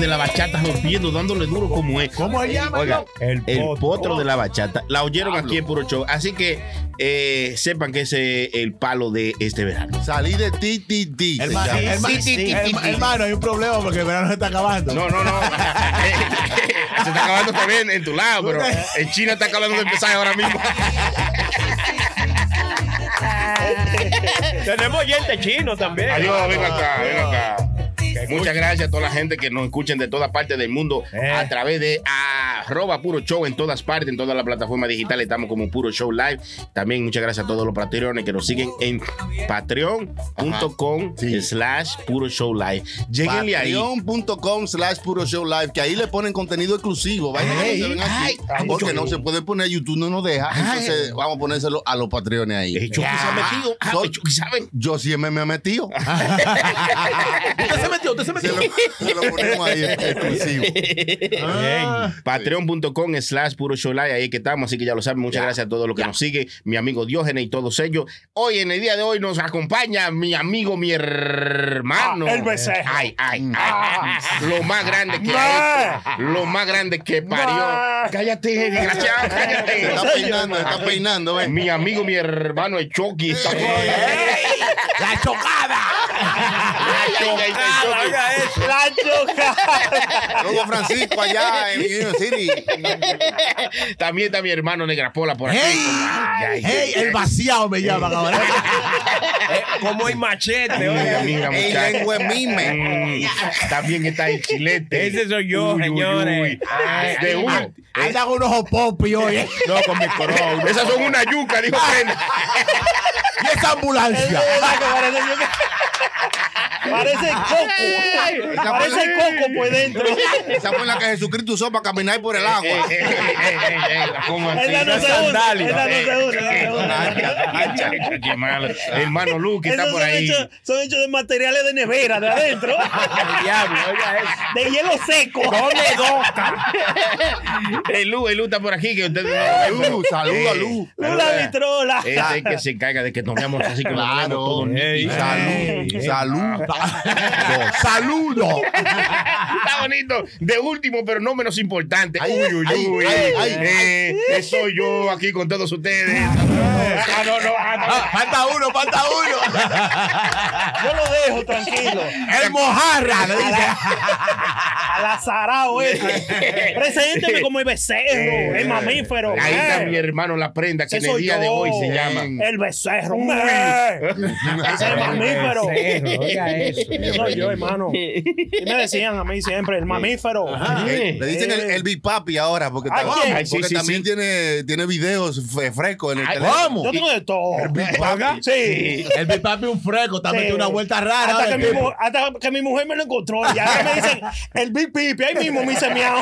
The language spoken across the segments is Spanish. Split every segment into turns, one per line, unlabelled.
de la bachata rompiendo, dándole duro como es.
¿Cómo se llama?
Oiga,
El,
el
pot-
potro de la bachata. La oyeron aquí en Puro Show. Así que eh, sepan que ese es el palo de este verano.
Salí de ti, ti, ti. se
Hermano,
llama.
hermano,
Sí, sí, sí,
herma-
sí.
hermano, hay un problema porque el verano se está acabando.
No, no, no. Se está acabando también en tu lado, pero en China está acabando de empezar ahora mismo.
Tenemos oyente chino también.
Adiós, ven acá, ven acá. Muchas gracias a toda la gente que nos escuchen de toda parte del mundo
Eh.
a través de arroba puro show en todas partes, en todas las plataformas digitales. Estamos como puro show live. También muchas gracias a todos los patreones que nos siguen en patreon.com
Sí.
slash puro show live. Lléguenle ahí.
Patreon.com slash puro show live, que ahí le ponen contenido exclusivo. Vayan
Ay,
a ver,
ay,
aquí,
ay,
porque
yo-
no se puede poner, YouTube no nos deja.
Ay.
Entonces vamos a ponérselo a los patreones
Eh,
ahí.
Chucky se ha metido. Ah,
Sol-
Chucky sabe.
Yo siempre me he metido.
Usted se metió, usted se
Se
metió.
lo, se lo ponemos ahí exclusivo.
Ah.
Patreon.com slash puro show live, ahí que estamos, así que ya lo saben, muchas gracias a todos los que nos siguen, mi amigo Diógenes y todos ellos. Hoy, en el día de hoy, nos acompaña mi amigo, mi hermano.
Ah, el Ah. Becerra.
Ay, ay, ay. Lo más grande que
Ah.
ha hecho, lo más grande que parió. Cállate, desgraciado,
Se
cállate. pues,
está peinando, se está peinando, ven.
Mi amigo, mi hermano, el Chucky. está-
¡La chocada!
Ay, ay, ay, el Chucky.
Ah, La yuca.
Saludos a Francisco allá en Union City.
También está mi hermano Negrapola por aquí.
¡Hey!
Ay, ay,
¡Hey!
ay.
El vaciado me llaman ahora.
ah,
Como hay machete,
Mira,
oiga.
mira,
Ey,
muchacho.
lengua en mime.
Mm, También está el chilete.
Ese soy yo, señores.
Ay, de un-
Andan unos hopopi hoy. ¿eh?
No, con mi Ah, corona. Esas son una yuca, dijo Pena.
¿Y esa ambulancia?
Ah, Parece coco. Parece coco por dentro.
Esa fue la que Jesucristo usó para caminar por el agua.
Eh, eh, eh, eh, eh, ¿Cómo así?
Esa no se
Eh,
usa.
eh,
Esa no se usa. esa
eh,
no se usa.
ancha, ancha. Qué malo. Hermano Luke está
Esos
por
son
ahí.
hechos, son hechos de materiales de nevera de adentro.
diablo, oiga eso.
De hielo seco.
El Eh, Lu, el Lu está por aquí. Que ustedes no lo ven,
Lu,
pero-
saluda,
Eh,
Lu.
Una vitrola.
Ese es el que se encarga de que nos veamos así que nos veamos
Claro.
todos nítidos.
Salud. Salud.
¡Saludo!
Está bonito. De último, pero no menos importante.
Ay,
uy, uy,
ay,
uy.
ay, ay.
Eh, eh, soy yo aquí con todos ustedes. Ah, no, no. ah, no.
Ah, Falta uno, falta uno.
Yo lo dejo tranquilo.
El mojarra, le dice.
Al azarao ese. Presénteme como el becerro, el mamífero.
Eh, Ahí está
eh.
mi hermano La Prenda, que en
Ese
el
soy
día de
yo.
hoy se llama.
El becerro. eh. Ese es mamífero. Soy yo, hermano. Y me decían a mí siempre, el mamífero.
Eh, Le dicen el,
eh.
el Big Papi ahora, porque,
Ay,
también-
ay, sí,
porque
sí,
también
sí.
Tiene, tiene videos fe- frescos en el
Ay,
teléfono.
vamos.
Yo tengo de todo.
Papi.
Sí.
El Big Papi un fresco, está
Sí.
metiendo una vuelta rara.
Hasta que,
ahora
mi,
el
mu-
tipo.
hasta que mi mujer me lo encontró. Y ahora me dicen, el Big Pipi, ahí mismo me hice miau.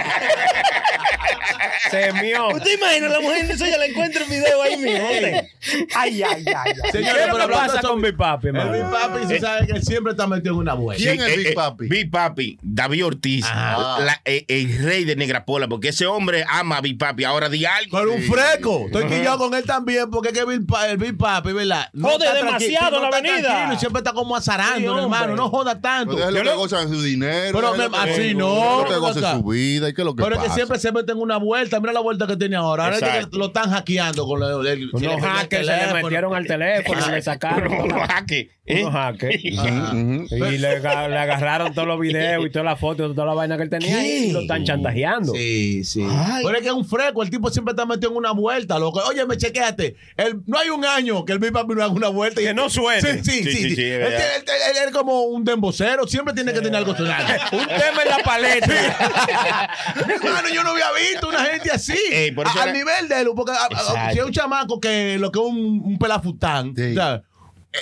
Se mío.
¿Usted imagina? La mujer eso ya la encuentra el video ahí mismo. ¿usted? Ay, ay, ay. ay.
Señores,
¿Qué es lo que
hablando eh,
pasa
sobre-
con mi papi,
El
mano?
Big Papi se sabe que siempre está metido en una vuelta.
¿Quién es el Big Papi?
eh, Big Papi, David Ortiz,
Ajá.
la- eh, el rey de Negrapola, porque ese hombre ama a Big Papi. Ahora di algo.
Pero un fresco. Estoy quillado con él también, porque es que Bill Pa- el Big Papi, ¿verdad?
Jode
está tranqui-
demasiado
sí, no
la
está
avenida.
tranquilo y siempre está como
Sí,
azarando,
hombre.
hermano. No joda tanto.
Pero es lo que gozan su dinero.
Pero,
es lo
me-
que-
así
es
no,
lo que goza
loca.
su vida. ¿Y qué es lo que
Pero es
pasa?
que siempre se meten una vuelta. Mira la vuelta que tiene ahora. Ahora es que
Exacto.
lo están hackeando con lo- el, el-
Unos
el
hackers se le
teléfono.
metieron al teléfono, le sacaron.
Pero Ah, no
Unos
jaque, ¿eh?
hackers.
Ujú.
Y le, aga- le agarraron todos los videos y todas las fotos, toda la vaina que él tenía y lo están chantajeando.
Sí, sí. Pero es que es un fresco. El tipo siempre está metido en una vuelta, loco. Oye, me chequeaste. El, no hay un año que el Big Papi no haga una vuelta. y
Que no suene.
Sí, sí, sí.
Sí, sí,
sí.
sí, es
él,
verdad.
tiene- él- él- él es como un dembocero. Siempre tiene que tener algo sonando.
Un tema en la paleta.
Hermano, yo no había visto una gente así.
Ey, por eso
A-
era-
Al nivel de él. Porque a- a-
Exacto.
si es un chamaco que lo que es un, un pelafután.
Sí.
¿sabes? Eh,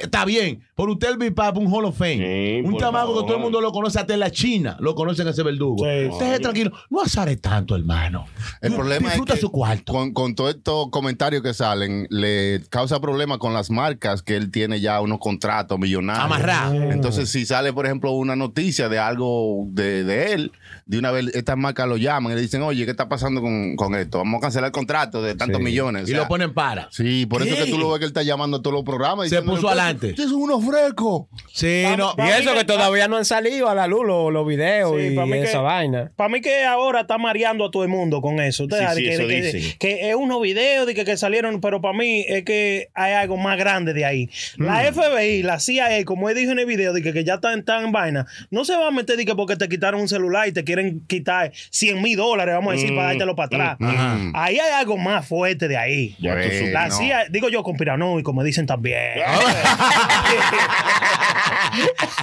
Está bien, por usted el Big Papi, un Hall of Fame.
Sí,
un
por
chamaco
favor.
que todo el mundo lo conoce, hasta en la China lo conocen a ese verdugo.
Sí,
Usted es tranquilo, no azare tanto, hermano.
El problema
Disfruta
es que
su cuarto.
Con, con todos estos comentarios que salen, le causa problemas con las marcas que él tiene ya unos contratos millonarios.
Amarrado.
Entonces, si sale, por ejemplo, una noticia de algo de, de él, de una vez estas marcas lo llaman y le dicen, oye, ¿qué está pasando con, con esto? Vamos a cancelar el contrato de tantos millones. O
Y
sea,
lo ponen para.
Sí, por eso que tú lo ves que él está llamando a todos los programas.
Se
diciendo,
puso
"Ustedes
adelante.
Ustedes son unos frescos.
Sí, no.
Y eso que todavía no han salido a la luz los, los videos
Sí,
y
para mí que-
esa vaina.
Para mí que ahora está mareando a todo el mundo con eso. Usted
Sí,
sabe
sí,
que,
eso
que-
dicen.
que es unos videos de que, que salieron, pero para mí es que hay algo más grande de ahí.
Mm.
La FBI, la CIA, como he dicho en el video, de que, que ya están, están en vaina, no se va a meter de que porque te quitaron un celular y te quieren quitar 100 mil dólares, vamos a decir, para dártelo para atrás.
Mm,
Ahí hay algo más fuerte de ahí.
Ya tú supiste.
Eh, La
No.
CIA, digo yo, con piranoico, me dicen también.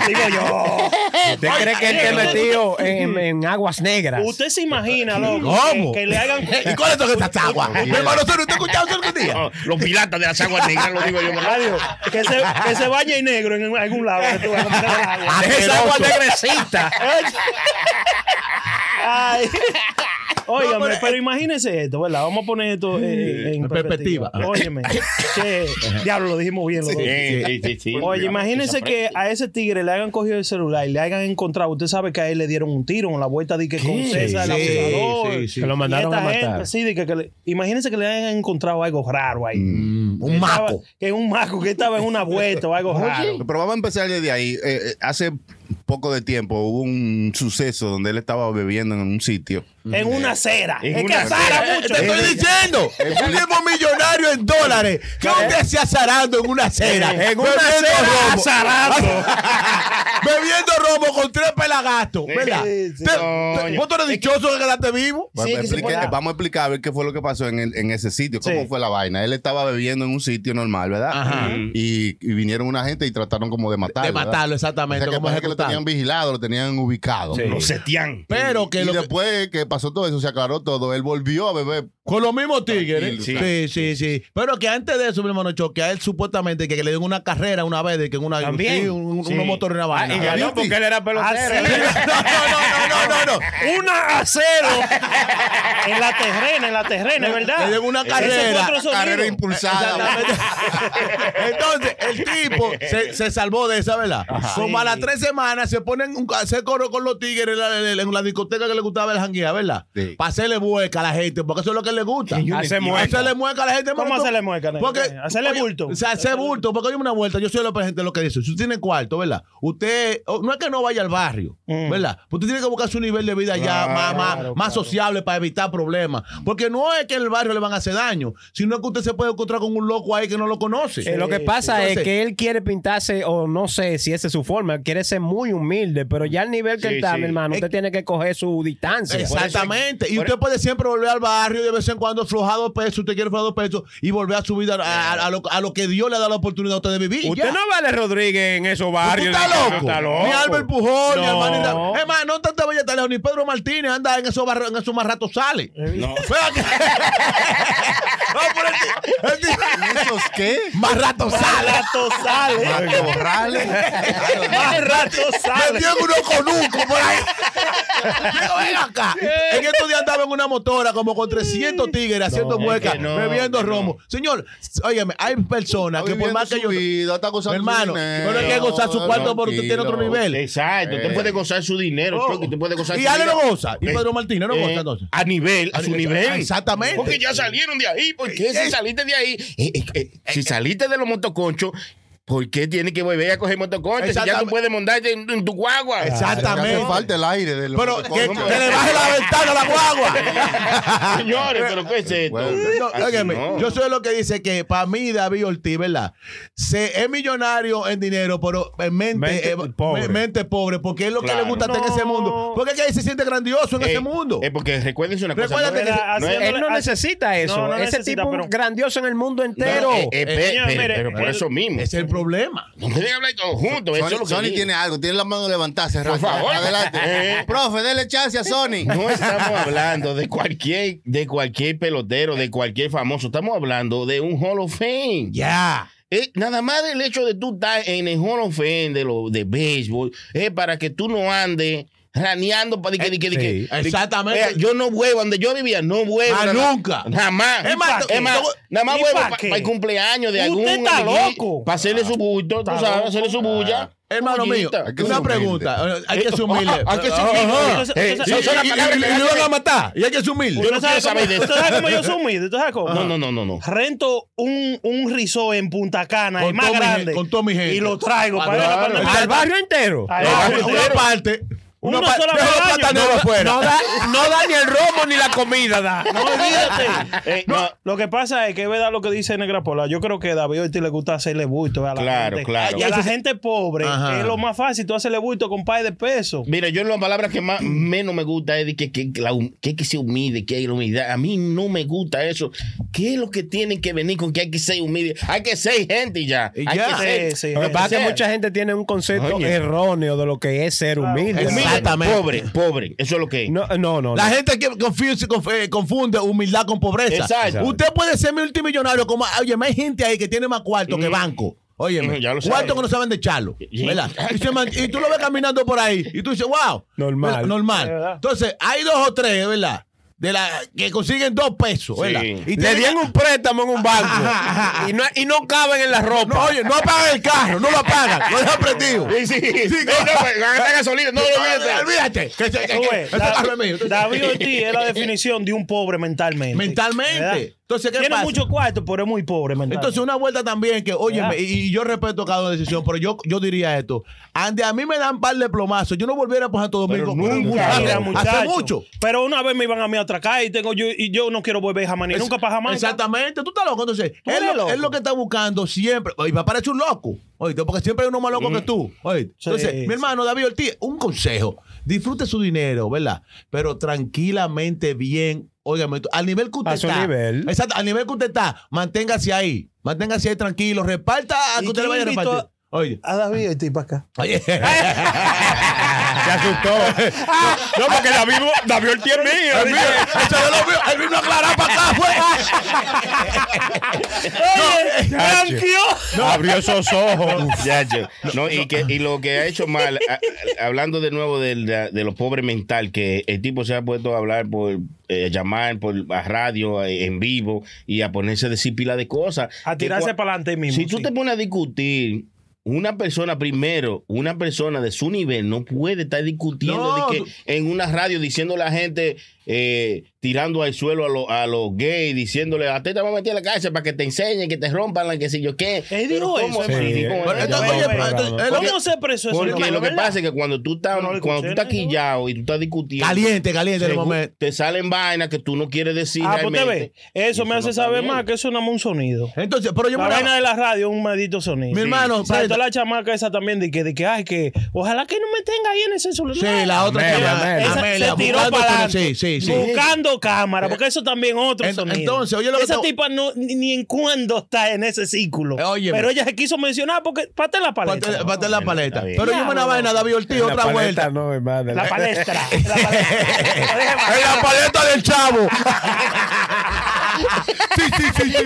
digo yo.
¿Usted cree que él esté metido en, en aguas negras?
Usted se imagina, loco,
¿Cómo?
Que, que le hagan.
¿Y cuál es todo que está agua? Mi hermano, ¿usted no está escuchando eso que día?
No, los piratas de las aguas negras, lo digo yo. ¿verdad?
Adiós. que, se, que se bañe en negro en algún lado. que tú vas a comprar
Ah,
agua.
Esa agua negrecita.
Ay. Óigame,
No, pero-
pero, imagínense esto, ¿verdad? Vamos a poner esto eh, en
En
perspectiva.
perspectiva.
Óyeme, che, diablo, lo dijimos bien los dos.
Sí, sí, sí, sí.
Oye, imagínense que a ese tigre le hayan cogido el celular y le hayan encontrado. Usted sabe que a él le dieron un tiro en la vuelta de que con César, el abusador.
sí, sí.
Que lo
Y
mandaron
esta
a matar.
gente, sí, de que- que le- imagínense que le hayan encontrado algo raro ahí.
Mm. Un
Estaba-
mapo.
Que un maco que estaba en una vuelta o algo raro.
Pero vamos a empezar desde ahí. Eh, eh, hace poco de tiempo hubo un suceso donde él estaba bebiendo en un sitio.
En
Mm.
una acera.
En
es que
una
azara
acera.
mucho.
Te estoy diciendo, un tipo millonario en dólares. ¿Qué usted se azarando en una acera? En una acera azarando. Bebiendo romo con tres pelagatos. ¿Verdad?
Sí, sí.
Te- te-
Coño.
¿Vos tú eres dichoso de quedarte vivo?
Vamos a
que se
explique-
pueda.
vamos a explicar a ver qué fue lo que pasó en, el- en ese sitio, cómo
Sí.
fue la vaina. Él estaba bebiendo en un sitio normal, ¿verdad?
Ajá.
Mm.
Y, y vinieron una gente y trataron como de matarlo.
De
¿verdad?
matarlo,
O sea,
exactamente.
que
como
parece que lo
ejecutarlo.
tenían vigilado, lo tenían ubicado.
Sí.
Los setián.
Pero que
Y
lo que-
después que pasó todo eso, se aclaró todo. Él volvió a beber.
Con los mismos tigres. Sí,
Tranquilo,
sí, sí, Pero que antes de eso, mi hermano Cho, que a él supuestamente que, que le dieron una carrera una vez, de que en una,
También.
sí, un,
Sí.
unos motores en una
Ah,
vaina. Ah,
y ganó porque él era pelotero.
Así.
no, no, no, no, no, no.
Una a cero. en la terrena, en la terrena, es ¿verdad?
Le dieron una
Ese fue
carrera,
otro sonido.
Carrera impulsada.
Exactamente. Entonces, el tipo se, se salvó de esa, ¿verdad? Como a las tres semanas se ponen un se corro con los tigres en la, en la- en la discoteca que le gustaba el janguea, ¿verdad?
Sí.
Para hacerle mueca a la gente, porque eso es lo que le gusta.
Hace muerto.
Hacerle mueca a la gente.
¿Cómo
hermano, tú-
hacerle mueca, nene?
Porque,
Hacerle bulto.
O sea, hacer bulto. Porque hay una vuelta. Yo soy la gente lo que dice. Si usted tiene cuarto, ¿verdad? Usted, o- no es que no vaya al barrio,
Mm.
¿verdad? Pues Usted tiene que buscar su nivel de vida ya más, más, más sociable para evitar problemas. Porque no es que en el barrio le van a hacer daño, sino que usted se puede encontrar con un loco ahí que no lo conoce.
Eh, lo que pasa
Entonces-
es que él quiere pintarse, o no sé si esa es su forma, él quiere ser muy humilde, pero ya al nivel que él
Sí,
está,
sí.
mi hermano, usted tiene que coger su distancia.
Exactamente. y
por
usted puede siempre volver al barrio de vez en cuando aflojar dos pesos, usted quiere aflojar dos pesos y volver a su vida a, a- a lo, a lo que Dios le da la oportunidad a usted de vivir.
Usted
ya.
no vale Rodríguez en esos
¿Tú
barrios.
estás
ni-
loco?
está loco.
Ni Albert Pujol, ni
No.
Armani Ra- Es más, no tanta bella ni Pedro Martínez anda en esos barrios, en esos más ratos sale.
No.
Espérate. No, pero el ti- el ti-
¿Esos qué?
Más ratos sale.
Rato sale.
Marco Borrales.
Más rato sale.
Metió en uno conuco por ahí. Digo, ven acá. En estos días andaba en una motora como con 300 tigres haciendo muecas,
que no,
bebiendo
que no.
romo. Señor, óigame, hay personas que por
Viviendo
más que
su
yo...
vida, está
Mi
gozando su
hermano,
dinero.
pero hay que gozar su cuarto porque usted tiene otro
Tranquilo.
nivel.
Exacto. Usted
Eh.
puede gozar su dinero, Chucky, usted puede gozar
Oh. Y
su
Ale
vida.
no goza. Y
Eh,
Pedro Martínez no
eh,
goza entonces.
A nivel, a su
Ah,
nivel.
exactamente.
Porque ya salieron de ahí. ¿Por qué si saliste de ahí? Eh, eh, eh, si saliste de los motoconchos, ¿por qué tienes que volver a coger motoconchos? Si ya tú
Exactamente.
puedes montarte en, en tu guagua.
Que
Exactamente.
hace falta el aire de los
Pero que, que
motoconchos.
le baje la ventana a la guagua.
Señores, pero ¿qué es esto?
Bueno.
No,
Así
óigame,
no.
Yo soy lo que dice que para mí David Ortiz, ¿verdad? Se, es millonario en dinero, pero en mente,
Mente
eh,
pobre.
me- mente pobre, porque es lo que
Claro.
le gusta estar en ese mundo. Porque es que ahí se siente grandioso en
Eh,
ese mundo.
eh, porque recuérdense una cosa.
Recuérdate
no
que-
era- no era-
Él no
Ah,
necesita eso.
no, no
Ese
necesita,
tipo
pero-
grandioso en el mundo entero.
No, eh, eh, pe-
señor,
pe-
mire,
pero por
el-
eso mismo.
es el problema.
No deben hablar todos juntos. Eso es
Sony,
lo que
Sony
digo.
tiene algo, tiene la mano levantada, cerrada.
Por favor.
Adelante.
Eh.
Profe, dele chance a Sony.
No estamos hablando de cualquier, de cualquier pelotero, de cualquier famoso. Estamos hablando de un Hall of Fame.
Ya.
Eh, nada más el hecho de tú estar en el Hall of Fame de, lo, de béisbol es para que tú no andes raneando para que, di que, di que-
Sí, exactamente.
Eh, yo no vuelvo, donde yo vivía, no vuelvo.
Ah,
na-
nunca.
Jamás.
Es más,
Es más,
tengo-
nada más
¿y
vuelvo
pa'
para
qué?
el cumpleaños de
Usted
algún.
está loco.
Para hacerle su bulto, tú
Está
sabes,
loco.
hacerle su bulla.
Hermano mío,
bullita.
hay que
una
ser humilde.
pregunta. eh, Hay que ser humilde.
Hay que ser humilde.
Ajá.
Entonces-
Eh,
entonces-
sí,
son las
y- y-
palabras
y-
que
y
hay
lo van
que-
a matar. Y hay que ser humilde.
Yo no quiero saber de
¿Tú
eso.
sabes cómo yo soy humilde? ¿Tú sabes cómo?
No, no, no, no, no.
Rento un, un risó en Punta Cana, el
Con
más
toda mi gen-
grande.
con toda mi gente.
Y lo traigo
Ah,
para ir a la
claro.
pandemia.
Al barrio entero.
Al
Eh,
barrio
una
entero.
parte. Una
Uno
parte.
solo
Deja
al
los
año.
plataneros afuera.
No da, no da ni el romo ni la comida. Da.
No olvídate.
Eh,
No,
no.
lo que pasa es que es verdad lo que dice Negra Pola. Yo creo que a David Ortiz le gusta hacerle bulto a la
Claro,
gente.
claro.
Y a la
Ese-
gente pobre
Ajá.
es lo más fácil. Tú hacerle bulto con par de pesos.
Mira, yo las palabras que más menos me gusta es de que, que, la hum- que, hay que se humilde, que hay la humildad. A mí no me gusta eso. ¿Qué es lo que tienen que venir con que hay que ser humilde? Hay que ser gente y ya.
Y
Hay
ya.
que ser.
Sí, sí.
Lo que pasa es que
Ser.
mucha gente tiene un concepto
Oye.
erróneo de lo que es ser humilde.
Humilde,
Exactamente.
Pobre, pobre. Eso es lo que es.
No, no, no.
La
no.
gente que confunde, conf- eh, confunde humildad con pobreza.
Exacto.
Usted puede ser multimillonario como, oye, hay gente ahí que tiene más cuarto que banco. Oye,
Mm, ya lo sabe.
cuarto que no saben de echarlo.
Sí.
¿verdad? Y, se man- y tú lo ves caminando por ahí y tú dices, wow.
Normal.
¿verdad?
Es
Normal.
verdad.
Entonces, hay dos o tres, ¿verdad? De la, que consiguen dos pesos,
Sí.
¿verdad?
Le
Le
tienen-
dieron un préstamo en un banco
Ajá, ajá, ajá.
Y, no, y no caben en la ropa.
No, oye, no apagan el carro, no lo apagan, no lo han prendido.
Sí, sí. No, no, pues, van a gastar gasolina. No,
No,
olvídate.
Olvídate. que se- que-
Tú
que-
ves,
ese
Da-
carro es mío. Entonces-
David Ortiz es la definición de un pobre mentalmente.
Mentalmente.
¿Verdad?
Entonces, ¿qué
Tiene
pasa?
mucho cuarto, pero es muy pobre mentalmente.
Entonces, una vuelta también que, oye,
Ya.
y, y yo respeto cada decisión, pero yo, yo diría esto: ande a mí me dan par de plomazos, yo no volviera a Santo
Pero
Domingo.
nunca,
Hace-
Mira,
Claro,
Hace
muchacho,
mucho.
Pero una vez me iban a mí a atracar y, tengo yo, y yo no quiero volver jamás, ni nunca para jamás.
Exactamente, tú estás loco. Entonces,
Tú
él,
eres
lo,
loco.
él lo que está buscando siempre. Oye, papá, eres un loco. Oye, porque siempre hay uno más
Mm.
loco que tú. Oye,
Sí,
entonces,
sí.
mi hermano David Ortiz, un consejo: disfrute su dinero, ¿verdad? Pero tranquilamente, bien. Óigame, tú- al nivel que usted
A su
está.
nivel.
Exacto, al nivel que usted está, manténgase ahí. Manténgase ahí tranquilo. Reparta a
¿Y
que usted
quién
le vaya a
invitó
repartir. Oye.
A David Ortiz para acá.
Oye.
Se asustó. No, porque David, David Ortiz es mío.
El mío, eso yo lo veo, el vino aclarado para acá, fue. eh,
¡Oye! eh, ¡Tranquilo!
Abrió esos ojos.
Ya, yo. No, y, que, y lo que ha hecho mal, a- a- hablando de nuevo del- de, de los pobres mental, que el tipo se ha puesto a hablar por eh, llamar, por a radio, eh, en vivo, y a ponerse a decir pila de cosas.
A tirarse
Que cua-
para adelante mismo.
Si tú
sí.
te pones a discutir, una persona primero, una persona de su nivel no puede estar discutiendo
No,
de que
tú-
en una radio diciendo a la gente, eh, tirando al suelo a, lo- a los gays, diciéndole, a ti te vamos a meter a la cárcel para que te enseñen, que te rompan, la que sé yo qué.
Él
Pero
dijo
¿cómo
eso,
es
sí.
posible?
Pero
Ya
Entonces,
va.
oye,
Bueno,
pero entonces, es lo
¿Cómo se expresó eso?
Porque
hermano?
lo que
¿Verdad?
pasa es que cuando tú estás,
No le
cuando tú estás
conviene, ¿no?
quillado y tú estás discutiendo,
Caliente, caliente en el
según-
momento.
te salen vainas que tú no quieres decir.
Ah, pues te ves.
realmente.
Eso
Y
me hace
no está
saber
bien.
más que eso no es un sonido.
Entonces, pero yo
La
me
vaina de la radio es un maldito sonido.
Mi hermano,
O sea,
espérate.
toda la chamaca esa también de que, de que, ay, que ojalá que no me tenga ahí en ese celular.
Sí, la otra
Amelia,
que
Amelia.
Esa se tiró para adelante.
Sí, sí, sí.
Buscando cámara, porque eso también es otro
Ent-
sonido.
entonces, oye lo que
Esa
te-
tipa no, ni ni en cuándo está en ese círculo.
Eh, óyeme.
Pero ella se quiso mencionar porque parte la paleta.
Pate- pate la paleta.
está bien.
Pero yo me
Ya,
una
no.
vaina, David Ortiz, otra vuelta.
No, Eh, hermano.
La palestra. La palestra.
En la paleta del chavo. sí, sí, sí, sí.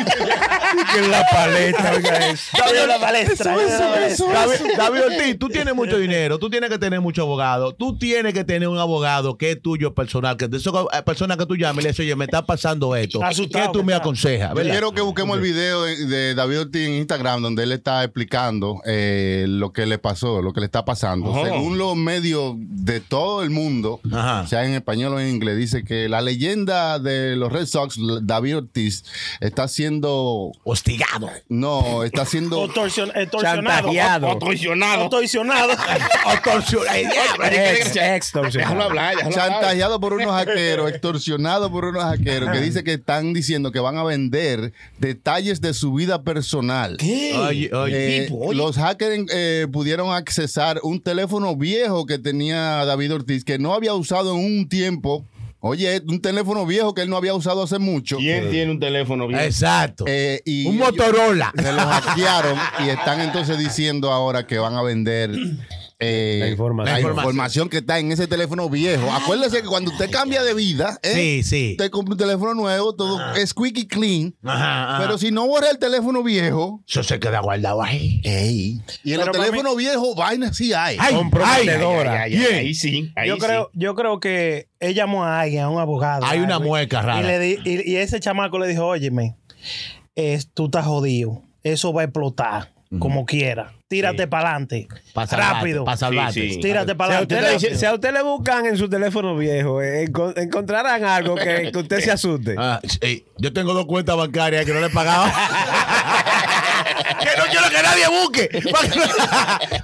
En la paleta, oiga eso.
David, la palestra.
David, David Ortiz, tú tienes mucho dinero, tú tienes que tener mucho abogado, tú tienes que tener un abogado que es tuyo personal, que de esas eh, personas que tú llames y le dices, oye, me está pasando esto.
Asustado,
¿Qué tú me
¿verdad?
aconsejas?
Yo
Ah, ¿Verdad?
quiero que busquemos el video de, de David Ortiz en Instagram donde él está explicando eh, lo que le pasó, lo que le está pasando.
Oh.
Según los medios de todo el mundo,
Ajá.
sea en español o en inglés, dice que la leyenda de los Red Sox, David Ortiz, está siendo...
Hostigado.
No, está siendo...
O torsion- eh, torsionado.
Chantajeado.
O traicionado.
O torsionado.
O torsión- ay, diablo.
Ex, ex
Déjalo
torsionado.
hablar, déjalo hablar.
chantajeado por unos hackeros, extorsionado por unos hackeros que dice que están diciendo que van a vender detalles de su vida personal.
Oye, oye.
Eh, los hackers eh, pudieron accesar un teléfono viejo que tenía David Ortiz que no había usado en un tiempo. Oye, un teléfono viejo que él no había usado hace mucho.
¿Quién tiene un teléfono bien?
Exacto.
Eh, y
un
ellos
Motorola.
Se lo hackearon y están entonces diciendo ahora que van a vender eh,
La información.
la
La información.
información que está en ese teléfono viejo. Acuérdese que cuando usted cambia de vida, eh,
Sí, sí.
usted compra un teléfono nuevo, todo es quick y clean.
Ajá, ajá.
Pero si no borra el teléfono viejo,
eso se queda guardado ahí.
y en
Pero
los
para mí-
teléfonos viejos, vainas sí hay.
Ay,
Comprometedora.
Ay, ay, ay,
Bien.
Ahí sí. Ahí
yo,
sí.
creo, yo creo que él llamó a alguien, a un abogado.
Hay una
algo, y-
mueca rara.
Y, le di- y- y ese chamaco le dijo, óyeme, es- tú estás jodido. Eso va a explotar, como quiera. Tírate para adelante.
Para salvarte,
Rápido.
para salvarte.
Sí, sí.
Tírate
Si
para
a, usted
adelante.
le,
rápido".
si a usted le buscan en su teléfono viejo, eh, encon- encontrarán algo que, que usted se asuste.
Ah, sí. Yo tengo dos cuentas bancarias que no le he pagado. que no quiero que nadie busque.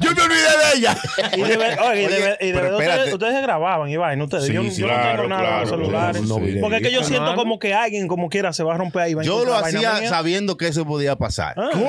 yo me olvidé de ella.
Y de ver- oye, y de ver- y
pero
de verdad, ustedes-
espérate.
ustedes se grababan, Iván, ustedes.
Sí,
yo yo
sí,
no
claro,
tengo nada en los
claro,
celulares.
claro, sí.
porque es que yo
Sí,
siento
claro.
como que alguien, como quiera, se va a romper ahí. va a
Yo lo
encontrar vaina
hacía
mía.
sabiendo que eso podía pasar.
Ah, sí,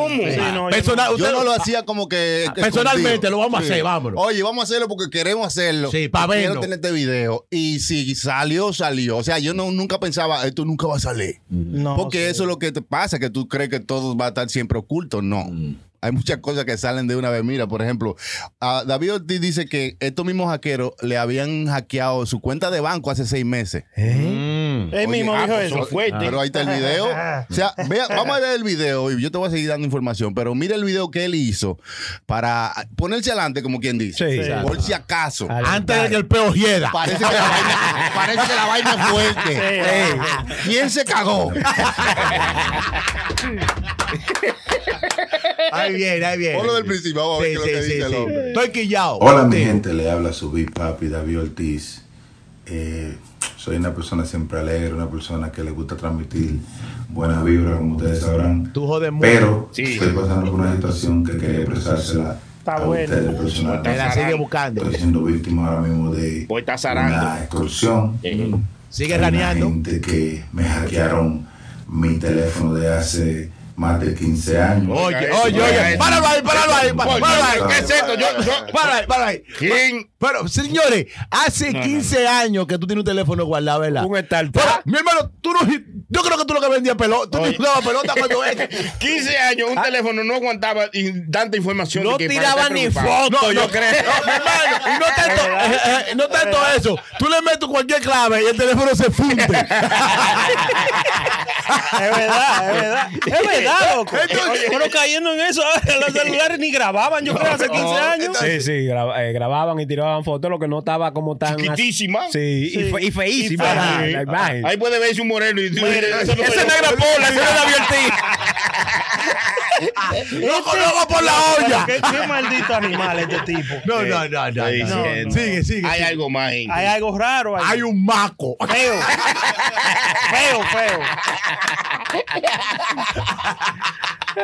no, yo
Personal-
no.
Yo
Usted-
no lo hacía como que. que
Ah, Personalmente,
escondido.
lo vamos a hacer, vámonos.
Oye, vamos a hacerlo porque queremos hacerlo.
Sí, pa' verlo.
Quiero tener este video. Y si salió, salió. O sea, yo no, nunca pensaba, esto nunca va a salir.
No,
porque
sí.
eso es lo que te pasa, que tú crees que todo va a estar siempre oculto. No.
Mm.
Hay muchas cosas que salen de una vez. Mira, por ejemplo, a David Ortiz dice que estos mismos hackeros le habían hackeado su cuenta de banco hace seis meses.
Él
Mm. Oye,
mismo
ah,
dijo
pues
eso.
son fuertes.
Pero ahí está el video. O sea, vea, vamos a ver el video y yo te voy a seguir dando información, pero mira el video que él hizo para ponerse adelante, como quien dice.
Sí,
por si acaso.
Antes de que el peo hieda.
Parece que, la vaina, parece que la vaina es fuerte.
Sí.
¿Quién se cagó?
Ahí viene, ahí viene.
Ponlo del principio, vamos a ver qué es lo que dice el hombre.
Estoy quillado.
Hola mi gente, le habla su Big Papi David Ortiz. Eh, soy una persona siempre alegre, una persona que le gusta transmitir buenas vibras, como ustedes sabrán.
Tú jodes mucho.
Pero
Sí.
estoy pasando por una situación que quería expresársela
Está
a
bueno.
ustedes personalmente.
Me la sigue buscando.
Estoy siendo víctima ahora mismo de
Hoy está zarando.
una extorsión.
Eh,
Sigue
Hay una
raneando.
gente que me hackearon mi teléfono de hace más de 15 años.
Oye,
Oiga
oye,
eso,
oye.
oiga
Páralo ahí, páralo ahí. pa-
Oye,
Páralo ahí.
¿qué es esto? Yo- yo-
Páralo ahí, páralo ahí.
¿Quién?
Pero, señores, hace 15 años que tú tienes un teléfono guardado, ¿verdad?
Un startup.
Pero, mi hermano, tú no. Yo creo que tú lo que vendías pelota. Tú
Oye.
no usabas pelota cuando es.
15 años, un
Ah.
teléfono no aguantaba y- tanta información. de
No
que para
tiraba
estar
ni
preocupado.
foto, yo creo.
No, mi hermano, y no tanto, eh, eh, no tanto eso. Tú le metes cualquier clave y el teléfono se funde.
Es verdad, Ah, es verdad. Es verdad, loco.
Entonces-
Pero cayendo en eso, los celulares ni grababan, yo creo, hace 15 años.
Oh, Sí, sí, graba- eh, grababan y tiraban fotos, lo que no estaba como tan. as-
Chiquitísima.
Sí, y fe- y feísima
Sí.
la- la imagen.
Ahí puede verse un moreno y tú- Ese no
Esa
soy
es
yo.
negra pola, esa es la Bielti.
¡Loco, loco por la olla!
Pero Qué, qué maldito animal este tipo.
No, no, no, no.
Estoy
no.
diciendo.
Sigue, sigue.
Hay
sigue.
algo más. gente.
Hay algo raro ahí.
Hay un maco.
feo. feo, feo.
Sí,